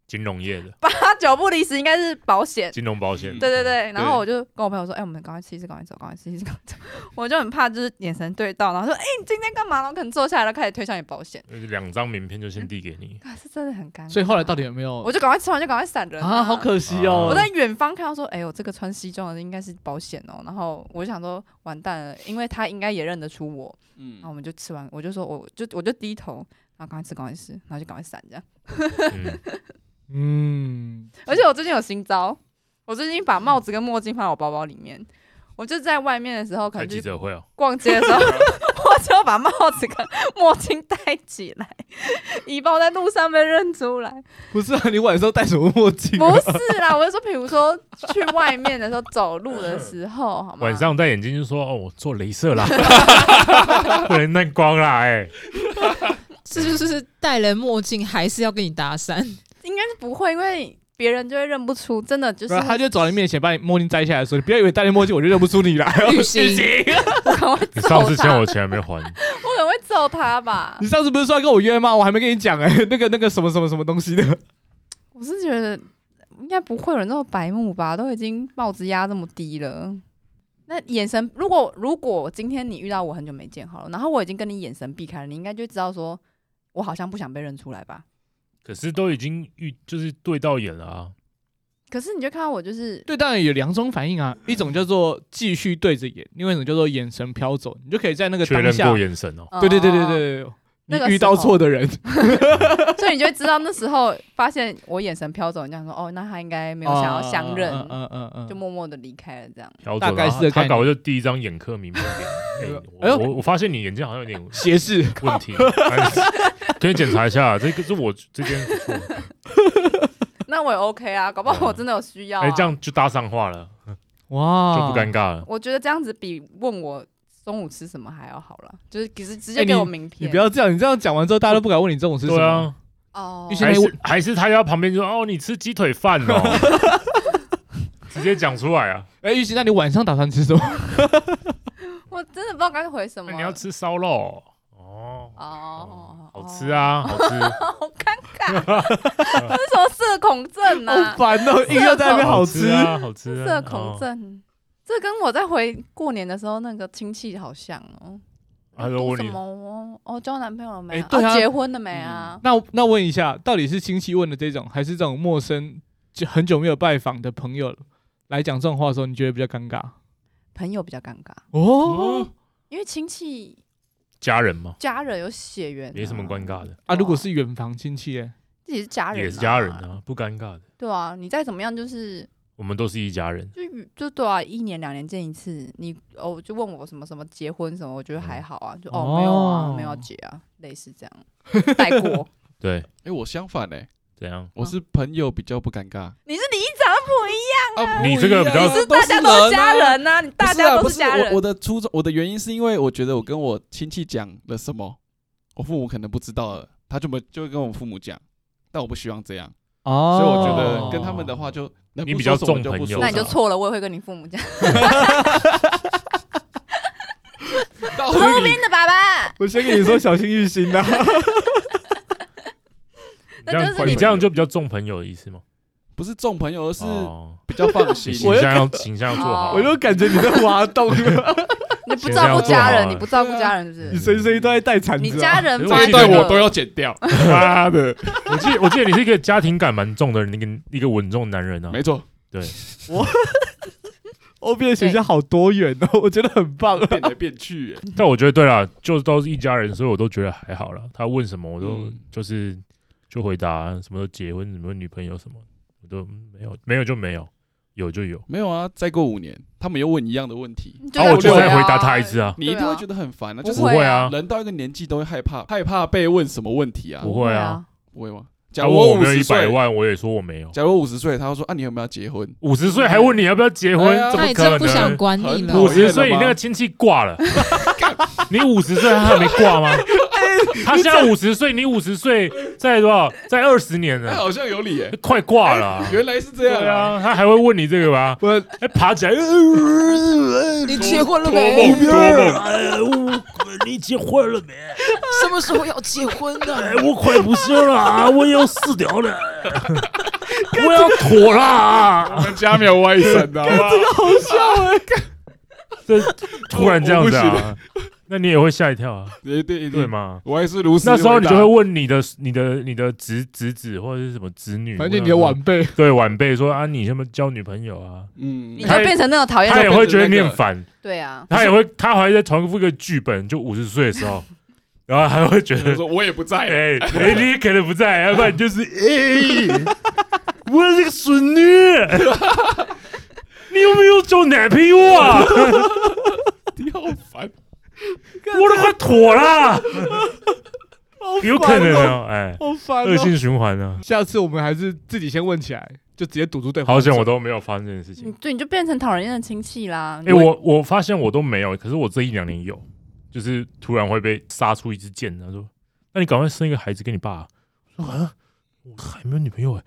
B: 金融业的，
D: 八九不离十，应该是保险。
B: 金融保险，
D: 对对，对，然后我就跟我朋友说：“哎、我们赶快吃一次，赶快走，赶快吃一次，赶快走。” 我就很怕就是眼神对到，然后说：“哎、你今天干嘛？”然后可能坐下来了，开始推销你保险，
B: 嗯两张名片就先递给 你，
D: 啊，是真的很尴尬。
A: 所以后来到底有没有
D: 我就赶快吃完就赶快闪人
A: 啊？好可惜哦！
D: 我在远方看到说，哎呦，这个穿西装的应该是保险哦。然后我就想说，完蛋了，因为他应该也认得出我。
C: 嗯
D: 然后我们就吃完，我就说，我就我就低头，然后赶快吃，赶快吃，然后就赶快闪这样。
B: 嗯，
A: 嗯，
D: 而且我最近有新招，我最近把帽子跟墨镜放在我包包里面。我就在外面的时候，可
B: 开
D: 能
B: 记
D: 就是
B: 者会哦，
D: 逛街的时候， 我就把帽子跟墨镜戴起来，以防在路上被认 出来。
A: 不是啊，你晚上戴什么墨镜啊？
D: 不是啦，我是说，比如说去外面的时候，走路的时候，好吗？
B: 晚上戴眼镜就说哦，我做镭射啦，不能那光啦，哎，
E: 这就是戴了墨镜还是要跟你搭讪，
D: 应该是不会，因为别人就会认不出，真的就是
A: 然后啊他就走到你面前，把你墨镜摘下来，说：“你不要以为戴了墨镜我就认不出你 来。
E: 旅行
D: 我可能会
B: 你
D: 揍
B: 上次
D: 他，
B: 欠我
D: 我
B: 钱还没还，
D: 可能会揍 他吧
A: 你。上次不是说要跟我约吗？我还没跟你讲哎、那个那个什么什么什么东西的，
D: 我是觉得应该不会有人那么白目吧，都已经帽子压这么低了。那眼神，如果如果今天你遇到我很久没见好了，然后我已经跟你眼神避开了，你应该就知道说，我好像不想被认出来吧。
B: 可是都已经遇就是对到眼了啊，
D: 可是你就看到我就是
A: 对，当然有两种反应啊，一种叫做继续对着眼，另外一种叫做眼神飘走，你就可以在那个
B: 确
A: 当
B: 认
A: 下
B: 过，眼神哦，
A: 对对对对
D: 哦，
A: 对对，
D: 那个
A: 你遇到错的人，
D: 所以你就会知道那时候发现我眼神飘走，你想说哦，那他应该没有想要相认，
A: 嗯嗯嗯嗯
D: 就默默的离开了这样。
B: 飘走
A: 大概
B: 然后
A: 是这个
B: 啊他
A: 概
B: 搞的就第一张眼科名片 给你，
A: 哎
B: 哎
A: 呦
B: 我我我发现你眼睛好像有点
A: 斜视，
B: 问题， 可以检查一下，这个是我这边不错，
D: 那我也 OK 啊，搞不好我真的有需要、啊。
B: 哎，这样就搭上话了，
A: 哇，
B: 就不尴尬了。
D: 我觉得这样子比问我中午吃什么还要好了，就是只是直
A: 哎
D: 接
A: 你
D: 给我名
A: 你
D: 片。
A: 不要这样，你这样讲完之后，大家都不敢问你这种事情。
B: 对啊，
D: 哦
A: 一，些
B: 还是还是他要旁边就说哦，你吃鸡腿饭哦， 直接讲出来啊。
A: 哎，玉琪，那你晚上打算吃什 么？
D: 我真的不知道该回什么。
B: 哎那你要吃烧肉哦，
D: 哦，
B: 好吃 啊，好吃，
D: 哦，好尴 尬，这是什么社恐症
A: 好
D: 啊？
A: 烦哦，硬要在那边好
B: 吃
A: 吃。
B: 啊，好吃啊。
D: 社恐
B: 哦，
D: 症，这跟我在回过年的时候那个亲戚好像哦。
B: 他
D: 你
B: 就
D: 读
B: 问
D: 什
B: 你
D: 么？哦，哦，交男朋友了没
A: 哎
D: 啊？
A: 对啊
D: 哦结婚了没
B: 嗯
D: 啊？
A: 那那问一下，到底是亲戚问的这种，还是这种陌生就很久没有拜访的朋友来讲这种话的时候，你觉得比较尴尬？
D: 朋友比较尴尬，
A: 哦
B: 哦，
D: 因为亲戚
B: 家人嘛，
D: 家人有血缘啊，
B: 没什么尴尬的，
A: 啊，
D: 哇
A: 如果是远房亲戚耶，
D: 自己是家人，
B: 也是家人。啊，不尴尬的，
D: 对啊，你再怎么样就是
B: 我们都是一家人。
D: 就与就对啊，一年两年见一次，你哦就问我什么什么结婚什么，我觉得
B: 嗯
D: 还好啊，就哦没有啊，没有要结啊，类似这样带 过。
B: 对，
C: 哎，我相反哎，
B: 怎样？
D: 嗯
C: 我是朋友比较不尴尬
D: 你是里长不一样，
C: 啊
B: 你这个比较
C: 不一样
D: 大家都是
C: 人
D: 家
C: 啊
D: 人呐、你大家都
C: 不
D: 是
C: 是
D: 家
C: 啊不是我我
D: 人。
C: 的初衷，我的原因是因为我觉得我跟我亲戚讲了什么，我父母可能不知道了，他就没就会跟我父母讲，但我不希望这样，
A: 哦
C: 所以我觉得跟他们的话就能
B: 哦你
C: 不
B: 比较
C: 说什么
B: 重
C: 就
B: 朋
C: 不
B: 友
C: 说
B: 我
D: 那
B: 啦
D: 你就错了，我也会跟你父母讲。
C: 到
D: 罗
C: 底
D: 宾的 爸爸，
A: 我先跟你说，小心啊玉心呐。
B: 你
D: 那
B: 这
D: 就是
B: 样
D: 你
B: 你这样就比较重朋友的意思吗？
C: 不是重朋友，而是
B: 哦，
C: 比较放
B: 你
C: 心。
B: 形象要形象要做好，啊
A: 我就感觉你在挖洞，啊
D: 你不照顾家人，你不照顾
C: 对啊
D: 家人是不
A: 你
D: 是？
A: 随时都在带铲子啊。
D: 你家人
B: 可是
D: 发
B: 我
D: 现
B: 记得
D: 了
C: 剪掉，
B: 啊妈的！我记得我记得你是一个家庭感蛮重的人，一个一个稳重男人啊。
C: 没错，
A: 欧边的形象好多元哦，我觉得很棒。
C: 变来变去，哎
B: 但我觉得对啦，就都是一家人，所以我都觉得还好啦。他问什么我都、
C: 嗯
B: 就是就回答，啊什么时候结婚，什么时候女朋友什么，我都嗯没有没有就没有，有就有。
C: 没有啊，再过五年，他们又问一样的问题，
D: 你就
B: 然后、
D: 在
B: 我就
D: 回
B: 再回答
D: 啊
B: 他一次啊，
C: 你一定
D: 对
C: 会
D: 啊
C: 觉得很烦啊，
D: 不
C: 就是
B: 不
D: 会
B: 会啊，
C: 人到一个年纪都会害怕，害怕被问什么问题啊，
B: 不会啊，
D: 啊。
C: 不会吗？假
B: 他
C: 如
B: 问我
C: 五
B: 没有
C: 十
B: 一百
C: 岁，
B: 万，我也说我没有。
C: 假如我五十岁，他会说啊，你有没有要结婚？
B: 五十岁还问你要不要结婚
C: 哎，呀
B: 怎
E: 他
B: 么
E: 也真
B: 可
E: 不想
B: 能？
E: 管你了
C: 很。讨
B: 五
C: 厌
B: 十岁你那个亲戚挂了，你五十岁他还没挂吗？他现在五十岁，你五十岁在多少？在二十年
C: 哎，
B: 呢，
C: 好像有理耶，
B: 快挂了啊。
C: 原来是这样
B: 对。啊，他还会问你这个吧？
A: 我
B: 哎，爬起来，呃
E: 你结婚了
B: 多
E: 没
B: 梦？多梦，哎呀，我你结婚了没？
E: 什么时候要结婚 呢？
B: 哎，我快不行了啊，我要死 掉了，我要妥了啊！
C: 加冕外 省的，好不好
B: 这突然这样子啊，那你也会吓一跳啊，
C: 对对
B: 对？吗？
C: 我还是如此。
B: 那时候你就会，问你的、你的、你的侄侄子或者是什么侄女，
A: 反正你的晚辈，
B: 对晚辈说啊，你什么交女朋友啊？
C: 嗯
D: 你，就
B: 他也
D: 变成那种
E: 哎
D: 讨厌
B: 他也
D: 的，
B: 会觉得你很烦，
D: 对啊，
B: 他也会，他还在重复一个剧本，就五十岁的时候，然后还会觉
C: 他
B: 得
C: 说 我也不在了，
B: 哎、哎，你可能不在，要不然就是哎、我是个孙女，你有没有交男朋友啊？
C: 你好烦。
B: 我都快妥了，有可能
A: 哦，
B: 哦，哎、
A: 好烦
B: 恶
A: 哦。
B: 性循环呢、
A: 下次我们还是自己先问起来，就直接堵住对
B: 啊。
A: 方
B: 好
A: 的手。
B: 险我都没有发生这件事情
D: 你。对你就变成讨人厌的亲戚啦。
B: 哎、
D: 你会
B: 我我发现我都没有，可是我这一两年有，就是突然会被杀出一支箭，他说：“那你赶快生一个孩子给你爸、我说：“啊，我还没有女朋 友哎、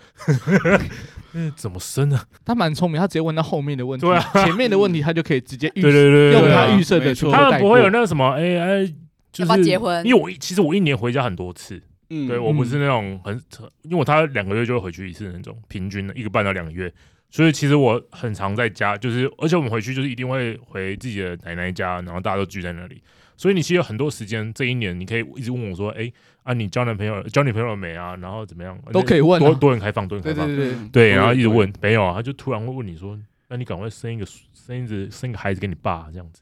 B: 那怎么生呢、
A: 他蛮聪明，他直接问到后面的问题，
B: 对啊
A: 前面的问题他就可以直接预
B: 对对对对
A: 用
B: 对
A: 他
B: 啊
A: 预设的
C: 没
A: 去
C: 错
B: 他
A: 带
B: 们不
A: 过
B: 会有那个什么，哎、哎，就是
D: 要不要结婚
B: 因为我一其实我一年回家很多次，
C: 嗯
B: 对我不是那种很，因为我他两个月就会回去一次那种，平均的一个半到两个月，所以其实我很常在家，就是而且我们回去就是一定会回自己的奶奶家，然后大家都聚在那里，所以你其实有很多时间，这一年你可以一直问我说，哎、啊，你交男朋友交女朋友了没啊？然后怎么样
A: 都可以问啊
B: 多多很开放，多很
A: 对对
B: 开放，
A: 对对，
B: 对，然后一直问，没有啊，他就突然会问你说，那你赶快生一个生一个生一个孩子给你爸啊这样子。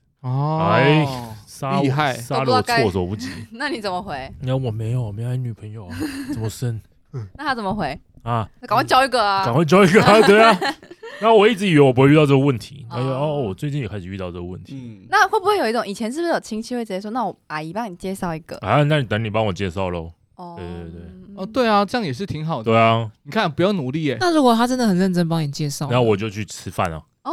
B: 哎
A: 哦，
B: 杀
A: 厉
B: 我
A: 害
B: 杀
D: 都不
B: 的我
D: 知道该
B: 措手不及。
D: 那你怎么回？
B: 你看我没有，没有女朋友啊，怎么生
D: 那他怎么回？
B: 啊？
D: 那赶快交一个啊！
B: 赶快交 一个啊！对啊。然后我一直以为我不会遇到这个问题，
D: 哦
B: 然后就哦，我最近也开始遇到这个问题
C: 嗯，
D: 那会不会有一种以前是不是有亲戚会直接说，那我阿姨帮你介绍一个？
B: 啊。那你等你帮我介绍喽。
D: 哦，
B: 对对对
A: 哦，对啊，这样也是挺
E: 哦
A: 好的。
B: 对啊，
A: 你看，不要努力耶，
E: 那如果他真的很认真帮你介绍，
B: 然后我就去吃饭啊。
D: 哦，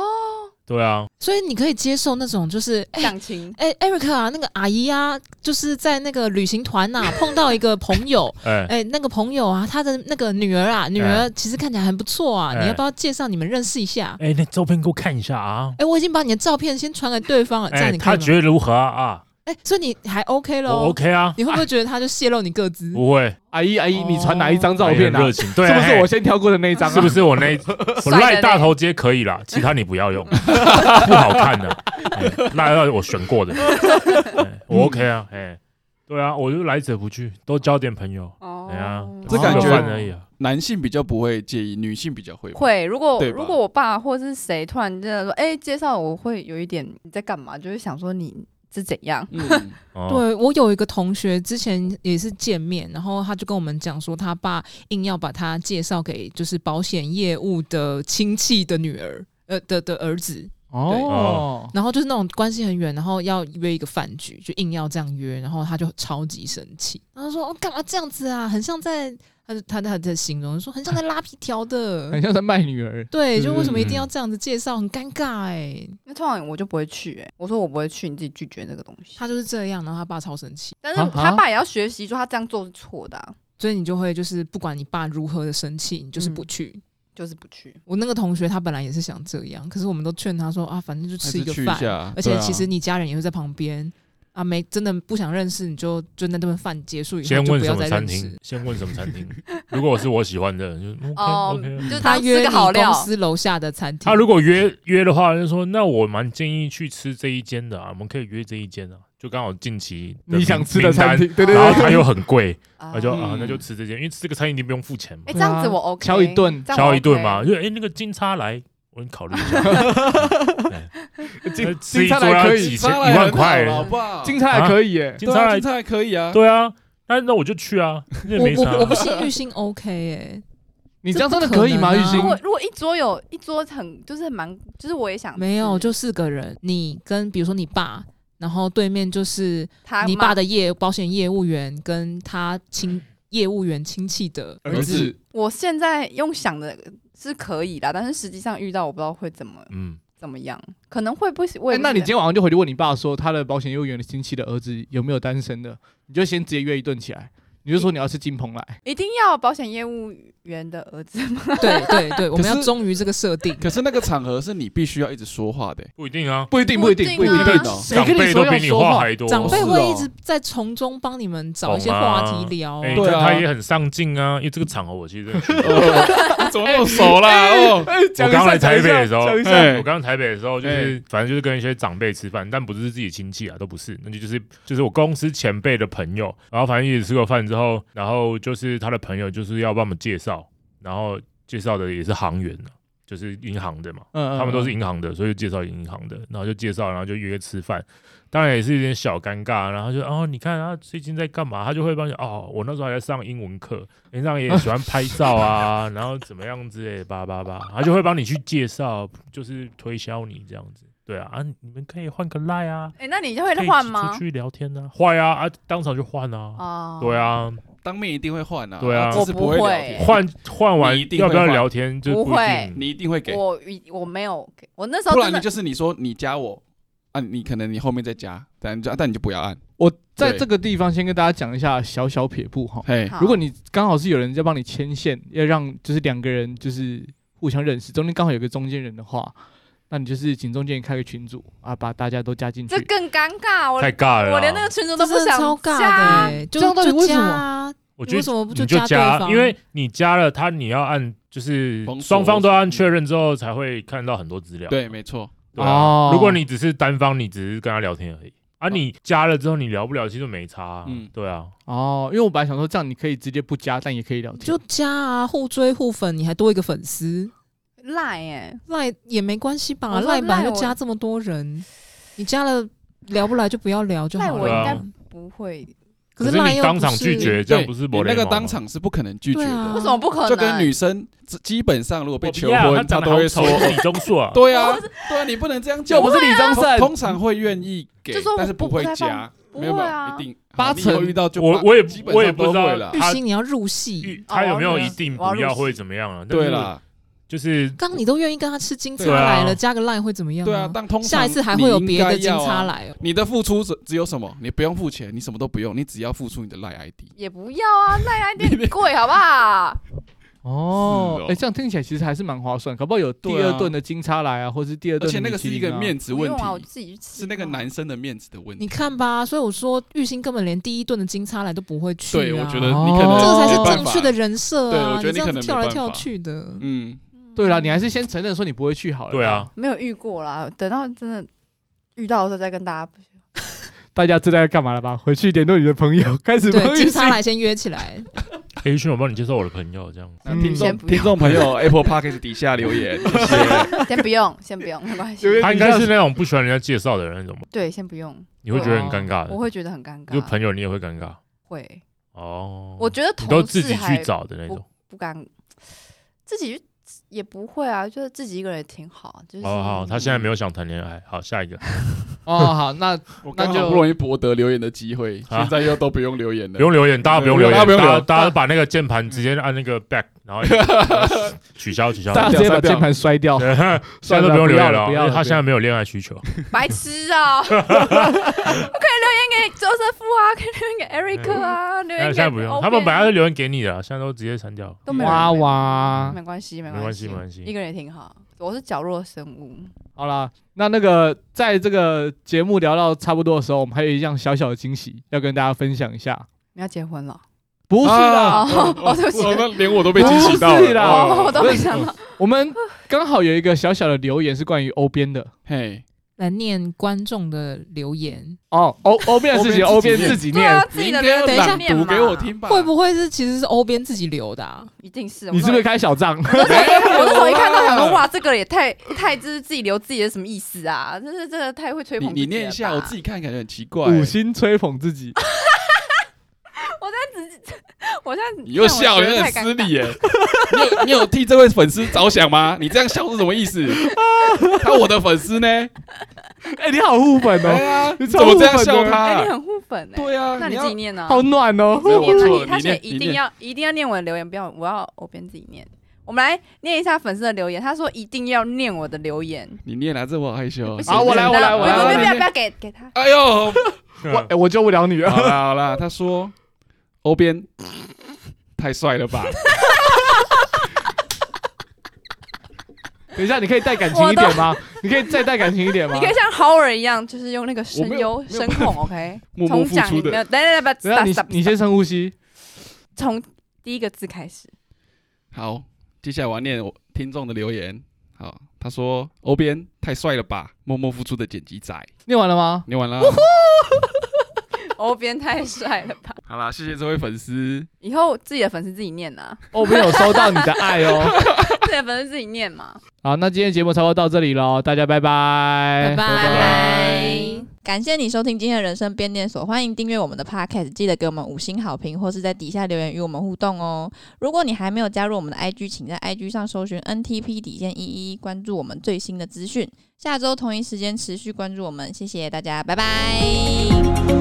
B: 对啊，
E: 所以你可以接受那种就是哎。
D: 相 亲
E: 哎、e r i c 啊，那个阿姨啊，就是在那个旅行团呐、碰到一个朋友，
B: 哎，
E: 哎、那个朋友啊，他的那个女儿啊，女儿其实看起来很不错啊，
B: 哎
E: 你要不要介绍你们认识一下？哎、
B: 哎，那照片给我看一下啊。
E: 我已经把你的照片先传给对哦方了，这样
B: 哎，
E: 你
B: 他
E: 看吗？
B: 觉得如何啊？
E: 哎、所以你还 OK
B: 啊，
E: 咯？
B: 我 OK 啊，
E: 你会不会觉得他就泄露你个资？
B: 不会。
A: 阿姨阿姨，
E: 哦
A: 你传哪一张照片
B: 哎很
A: 啊
B: 热？情，对
A: 是
B: 啊，
A: 不是我
B: 哎
A: 先挑过的那一张啊？
B: 是不是我 那一我
D: 帅
B: 赖
D: 的
B: 大
D: 嘞
B: 头贴可以啦，其他你不要用，不好看的，哎赖到我选过的，哎
E: 嗯
B: 我 OK 啊，哎，对啊，我就来者不拒，多交点朋友，
D: 哦
B: 哎呀，
C: 这
B: 吃
C: 感
B: 个
C: 觉
B: 饭而已啊，
C: 男性比较不会介意，女性比较会吧。
D: 会，如果
C: 对吧
D: 如果我爸或是谁突然真的说，哎、介绍我会有一点你在干嘛，就会想说你是怎样，
C: 嗯，
B: 哦，
E: 对我有一个同学之前也是见面，然后他就跟我们讲说，他爸硬要把他介绍给就是保险业务的亲戚的女儿，呃的的儿子，
A: 哦，
E: 然后就是那种关系很远，然后要约一个饭局，就硬要这样约，然后他就超级生气，然后说哦干嘛这样子啊，很像在，他就他他在形容说很像在拉皮条的
A: 很。像在卖女儿。
E: 对，就为什么一
B: 嗯
E: 定要这样子介绍，很尴尬哎、
D: 那通常我就不会去、哎，我说我不会去，你自己拒绝这个东西。
E: 他就是这样，然后他爸超生气，
D: 但是
A: 啊
D: 他
A: 啊
D: 爸也要学习，说他这样做是错的啊、
E: 所以你就会就是不管你爸如何的生气，你就是不去。
D: 就是不去。
E: 我那个同学他本来也是想这样，可是我们都劝他说啊，反正就
C: 还
E: 吃
C: 是
E: 一个
C: 去一
E: 饭，
C: 下，对
E: 而且
C: 啊
E: 其实你家人也会在旁边啊，没真的不想认识你就就那顿饭结束以 后
B: 先
E: 就
B: 问
E: 不
B: 什
E: 要
B: 么
E: 再
B: 餐
E: 认识
B: 厅。，先问什么餐厅，如果是我喜欢的，就嗯 OK
D: 哦
B: OK。啊
D: 就是
E: 他
D: 当
E: 约
D: 吃
E: 你
D: 个好料
E: 公，司楼下的餐厅，
B: 他如果约约的话，就说那我蛮建议去吃这一间的啊，我们可以约这一间啊，就刚好近期的
A: 你想
B: 名
A: 吃的
B: 名单
A: 餐厅，对对
B: 然后
A: 对，
B: 它又很贵，
D: 啊
B: 那就啊
C: 嗯
B: 那就吃这间，因为吃这个餐一定不用付钱嘛
D: 哎、，
A: 对
D: 这
A: 啊
D: 样子我 OK，
A: 敲一顿
D: 这样我
B: 敲一顿
D: OK
B: 嘛，。就哎、那个金叉来，我给你考虑一下，
A: 金
B: 吃
A: 金
B: 一
A: 叉
B: 桌
A: 来
B: 要
A: 可
B: 几
A: 以，
B: 千
C: 沙拉
B: 一万
C: 也很好
B: 块
C: 啦好不好？
A: 金叉来可以耶。
B: 金
C: 对
B: 叉
C: 啊
B: 来
C: 金，菜可以啊，
B: 对啊，那那我就去啊，那也没
E: 我
B: 啥
E: 我我不信玉兴 OK
D: 欸
E: 哎、
A: 你这样真的可以吗？
E: 这
A: 玉
E: 不可
A: 兴
E: 能
D: 如
E: 啊，
D: 果如果一桌有一桌很就是蛮就是我也想
E: 没有
D: 吃
E: 就四个人，你跟比如说你爸，然后对面就是
D: 他
E: 你爸
D: 妈
E: 的业保险业务员跟他亲业务员亲戚的
A: 儿子，
D: 我现在用想的是可以啦，但是实际上遇到我不知道会怎么
B: 嗯，
D: 怎么样，可能会不行。我
A: 哎、
D: 也不
A: 那你
D: 知道
A: 今天晚上就回去问你爸说，他的保险业务员的亲戚的儿子有没有单身的？你就先直接约一顿起来，你就说你要吃金鹏来，
D: 一定要保险业务员的儿子吗？
E: 对对对，我们
C: 可是
E: 要忠于这个设定。
C: 可是那个场合是你必须要一直说话的、
B: 不一定啊，
A: 不一定，
D: 不
A: 不
D: 一
A: 一
D: 定啊
A: 定，
D: 不
A: 不
D: 一
A: 一
D: 定
A: 定。
C: 哦
A: 谁
B: 长
A: 跟你
B: 辈都
A: 说
B: 比
A: 要
B: 你
A: 说
B: 话
A: 话？嗯
B: 还多，
E: 长辈
C: 是
E: 会
C: 哦
E: 一直在从中帮你们找一些
B: 懂啊
E: 话题聊，
B: 哎，
C: 对啊
B: 他也很上进啊，因为这个场合我其 实真的去过哦
C: 呃怎么那么熟啦？哦，
A: 哎讲
B: 我
A: 一下
B: 刚来台北的时候
A: 讲一下哎
C: 哎
B: 我刚刚台北的时候，就是反正就是跟一些长辈吃饭，但不是自己亲戚啊，都不是，那就就是就是我公司前辈的朋友，然后反正一起吃过饭之后，然后就是他的朋友就是要帮我们介绍，然后介绍的也是行员啊就是银行的嘛，
A: 嗯嗯
B: 他们都是银行的，所以就介绍银行的，然后就介绍，然后就约吃饭，当然也是有点小尴尬，然后就哦，你看他最近在干嘛，他就会帮你哦，我那时候还在上英文课，平常也喜欢拍照啊，然后怎么样之类的，叭叭叭，他就会帮你去介绍，就是推销你这样子，对啊，啊，你们可以换个 line 啊，
D: 哎、那你就
B: 可
D: 会
B: 以
D: 换吗
B: 出？去聊天啊，换啊啊，当场就换啊，
D: 哦，
B: 对，啊，
C: 当面一定会换啊，
B: 对啊
C: 只是不会聊天
D: 我不会
B: 换换完
C: 你一定会
B: 要不要
C: 换
B: 聊天就
D: 不
B: 一
D: 会
B: 定，
C: 你一定会给，
D: 我一我没有给，我那时候
C: 不
D: 真
C: 然
D: 的
C: 你就是你说你加我啊，你可能你后面再加，但但但你就不要按，
A: 我在
C: 对
A: 这个地方先跟大家讲一下小小撇步哈。
C: 嘿，
D: 好
A: 哎如果你刚好是有人在帮你牵线，要让就是两个人就是互相认识，中间刚好有个中间人的话，那你就是请中间人开个群组啊，把大家都加进去
D: 这。更尴尬，我
B: 太尬了啊，
D: 我连那个群主都不
E: 真的
D: 想
E: 超尬的
D: 加
E: 欸，就
A: 这样到底
E: 就
A: 为什
E: 加
A: 么
E: 啊
B: 我
E: 你
B: 觉得
E: 为什么不
B: 你
E: 加对
B: 加，
E: 方？
B: 因为你加了他，你要按就是
C: 封锁嗯
B: 双方都要按确认之后才会看到很多资料。
C: 对，没错，
B: 对啊
A: 哦
B: 如果你只是单方，你只是跟他聊天而已啊，你加了之后你聊不聊，其实没差啊。
C: 哦嗯
B: 对啊，
A: 哦，因为我本来想说这样你可以直接不加，但也可以聊天。
E: 就加啊，互追互粉，你还多一个粉丝，
D: 赖哎，
E: 赖也没关系吧？
D: 我说
E: 赖本来
D: 赖
E: 就
D: 哦我
E: 加这么多人，你加了聊不来就不要聊就
D: 赖
E: 好
D: 我
E: 了
D: 应
E: 啊。
D: 该不会，
B: 可
E: 可是
B: 是
E: 赖
B: 你
E: 又
B: 当
E: 不
B: 场
E: 是
B: 拒绝，这样不是
C: 你
B: 不
C: 那个当场是不可能拒绝
E: 对啊
C: 的，
D: 为什么不可能？
C: 就跟女生基基本上如果被求
B: 我不要
C: 婚，
B: 他
C: 她都会说，。
B: 长得好丑是李钟硕啊
C: 对啊，对啊，你不能这样
A: 就
C: 叫，
A: 不是李张善，
C: 通常会愿意给
D: 啊就说，我
C: 但是
D: 不
C: 会
D: 不太
C: 加，
D: 放
C: 没有
D: 不
C: 没
D: 会
C: 有，
D: 啊
C: 一定
A: 八
C: 好你以后
A: 成
C: 遇到就
B: 我
C: 八
B: 我也
C: 基本
B: 我也
C: 上
B: 不
C: 都
B: 知道
C: 会啦
E: 玉，鑫，你要入戏。
B: 他有没有一定
D: 我要
B: 不
D: 入
B: 要
D: 戏
B: 会怎么样啊？但是
C: 对啦，
B: 就是
E: 刚你都愿意跟他吃金叉
B: 对啊
E: 来了，加个赖会怎么样？
C: 对
D: 嗯
C: 啊，，但通常
E: 下一次还会有别的金叉
C: 叉。
E: 来哦。
C: 你的付出只只有什么？你不用付钱，你什么都不用，你只要付出你的赖 ID。
D: 也不要啊，赖 ID 很贵好不好？
A: 哦
C: 是哦，
A: 哎、这样听起来其实还是蛮划算，搞不好有第
C: 对啊
A: 二顿的金叉来啊，或是第二
C: 而
A: 顿、
C: 且那个是一个，面子
D: 不
C: 问
D: 用啊，我
C: 题，
D: 自己去吃。
C: 是那个男生的面子的问
E: 你
C: 题。
E: 看吧，所以我说玉鑫根本连第一顿的金叉来都不会去、啊。
C: 对，我觉得
A: 哦
C: 你可能
E: 这个才是
C: 没办
E: 正
C: 法
E: 确的。人设
C: 对
E: 啊！
C: 我觉得你
E: 这
C: 可能没
E: 样跳来
C: 办
E: 跳
C: 法
E: 去的，
C: 嗯，
A: 对啦，你还是先承认说你不会去好了。
B: 对啊，，
D: 没有遇过啦，等到真的遇到的时候再跟大家。
A: 大家知道要干嘛了吧？回去联络你的朋友，开始
E: 对，
A: 帮
E: 金
A: 玉
E: 叉
A: 鑫。
E: 来先约起来。
B: 哎，轩，我帮你介绍我的朋友这样。
C: 那
A: 嗯
C: 听
D: 先
C: 众
D: 不要
C: 听众朋友 ，Apple Podcast 底下留 言，谢谢。
D: 先不用，先不用，没关系
A: 有。点
B: 他应该是那种不喜欢人家介绍的人那种吧？
D: 对，先不用，
B: 你会觉得很尴尬的
E: 哦
D: 我，会觉得很尴尬。
B: 就呃朋友你也会尴尬
D: 会，
B: 哦。
D: 我觉得
B: 你都
D: 同
B: 自
D: 事
B: 己
D: 还
B: 去找的那种。
D: 不敢，自己去也不会啊，就是自己一个人也挺好。就是
B: 好哦好，他现在没有想谈恋爱。好，下一个，
A: 哦，好，那
C: 我
A: 那
C: 刚
A: 就
C: 好不容易博得留言的机会，
B: 啊
C: 现在又都不用留言了
B: 不。用留言，大家不用留言，
C: 大家不用
B: 大
C: 留
B: 家大家把那个键盘直接按那个 back，然后取消取消。
A: 大家直接把
C: 删掉
A: 键盘摔掉，
B: 对现在
A: 算
B: 都
A: 了
B: 不用留言
A: 不要了不
B: 因
A: 要了
B: 为他现在没有恋爱需求。
D: 白痴 啊！我可以留言给 Joseph 啊，可以留言给 Eric 啊，留
B: 现在
D: 言
B: 嗯现在
D: 给
B: 不用，
D: Open
B: 他们本来是留言给你的，现在都直接删掉。
D: 都没有人
A: 哇
D: 留言
A: 哇。
D: 没关系，没
B: 没关系
D: 系，
B: 没关系
D: 一个人也挺好。我是角落生物，
A: 好啦，那那个在这个节目聊到差不多的时候，我们还有一项小小的惊喜要跟大家分享一下。
D: 你要结婚了？
A: 不是啦，
D: 哦，哦，对不起，
C: 哦，那连我都被惊喜到
A: 不是
C: 了。
A: 啦
D: 哦，我
C: 哦
D: 都没想到。
A: 我们刚好有一个小小的留言是关于欧边的。
C: 嘿，
E: 来念观众的留言，
A: 哦，欧欧边的事情，欧
C: 欧
A: 边
C: 边
A: 自
C: 自
A: 己
D: 对
A: 念
D: 啊，。自己
C: 明
D: 的
C: 天
E: 等一下
C: 朗读给我，听吧。
E: 会不会是其实是欧边自己留的、啊？
D: 一定是。
A: 你是不是开小账？
D: 我 那时候一看我那时候一看到 想说，哇，这个也太太就是自己留自己的什么意思啊？真是真的太会吹
C: 你
D: 捧
C: 你念一
E: 啊
C: 下，我自
D: 己
C: 己看感觉很奇怪。
A: 五星吹捧自己，
D: 了吧，我现 在
C: 你又笑，
D: 我
C: 你
D: 觉得
C: 很
D: 太
C: 失
D: 尴尬
C: 礼耶！ 你有你有替这位粉丝着想吗？你这样笑是什么意 思？他我的粉丝呢？
A: 哎、你好互粉
C: 对
A: 哦，
C: 啊，
A: 你
C: 你怎么这样
A: 超过
C: 笑
A: 分的
D: 哎，你
C: 他？
D: 很互粉哎。
C: 对啊，
D: 那你
C: 要
D: 自己 念呢？
A: 好暖哦。
C: 没有我
D: 念
C: 错了
D: 他
C: 你
D: 写
C: 念
D: 一
C: 你
D: 定
C: 念
D: 要一定要念我的留言，不要我要我边自己念。我们来念一下粉丝的留言，
C: 哦
D: 他说一定要念我的留言。
C: 你念来，这我好害羞
D: 不
C: 哦。
D: 行
A: 好我来
D: 不
A: 我
D: 行
A: 来
D: 不
A: 我
C: 来
D: 不
C: 我来
D: 不
C: 我
D: 要
C: 来
D: 不要给给他。
C: 哎呦，
A: 我、哎我救不了你
C: 好
A: 了。
C: 啦好啦，他说欧边太帅了吧？
A: 等一下，你可以带感情一点吗？你可以再带感情一点吗
D: 你？可以像 Howard 一样，就是用那个声
C: 我没有
D: 优声 控，OK？
C: 默默
D: 从
C: 付
D: 讲
C: 出
D: 你
C: 的
D: 没有，等等等，
A: 等一下，
D: 等，
A: 你你先深呼吸。
D: 从哦第一个字开始。
C: 好，接下来我要念我听众的留言。好，他说欧边太帅了吧？默默付出的剪辑仔，
A: 念完了吗？
C: 念完啦。
D: 欧边太哦帅了吧！
C: 好啦，谢谢这位粉丝。
D: 以后 自己的粉丝自己念呐、
A: 哦，没有收到你的爱哦。
D: 自己的粉丝自己念嘛。
A: 好，那今天节目差不多到这里喽，大家拜拜，
E: 拜拜。
F: 感谢你收听今天的人生变电所，欢迎订阅我们的 Podcast，记得给我们五星好评，或是在底下留言与我们互动哦。如果你还没有加入我们的 IG，请在 IG 上搜寻 NTP 底线一一，关注我们最新的资讯。下周同一时间持续关注我们，谢谢大家，拜拜。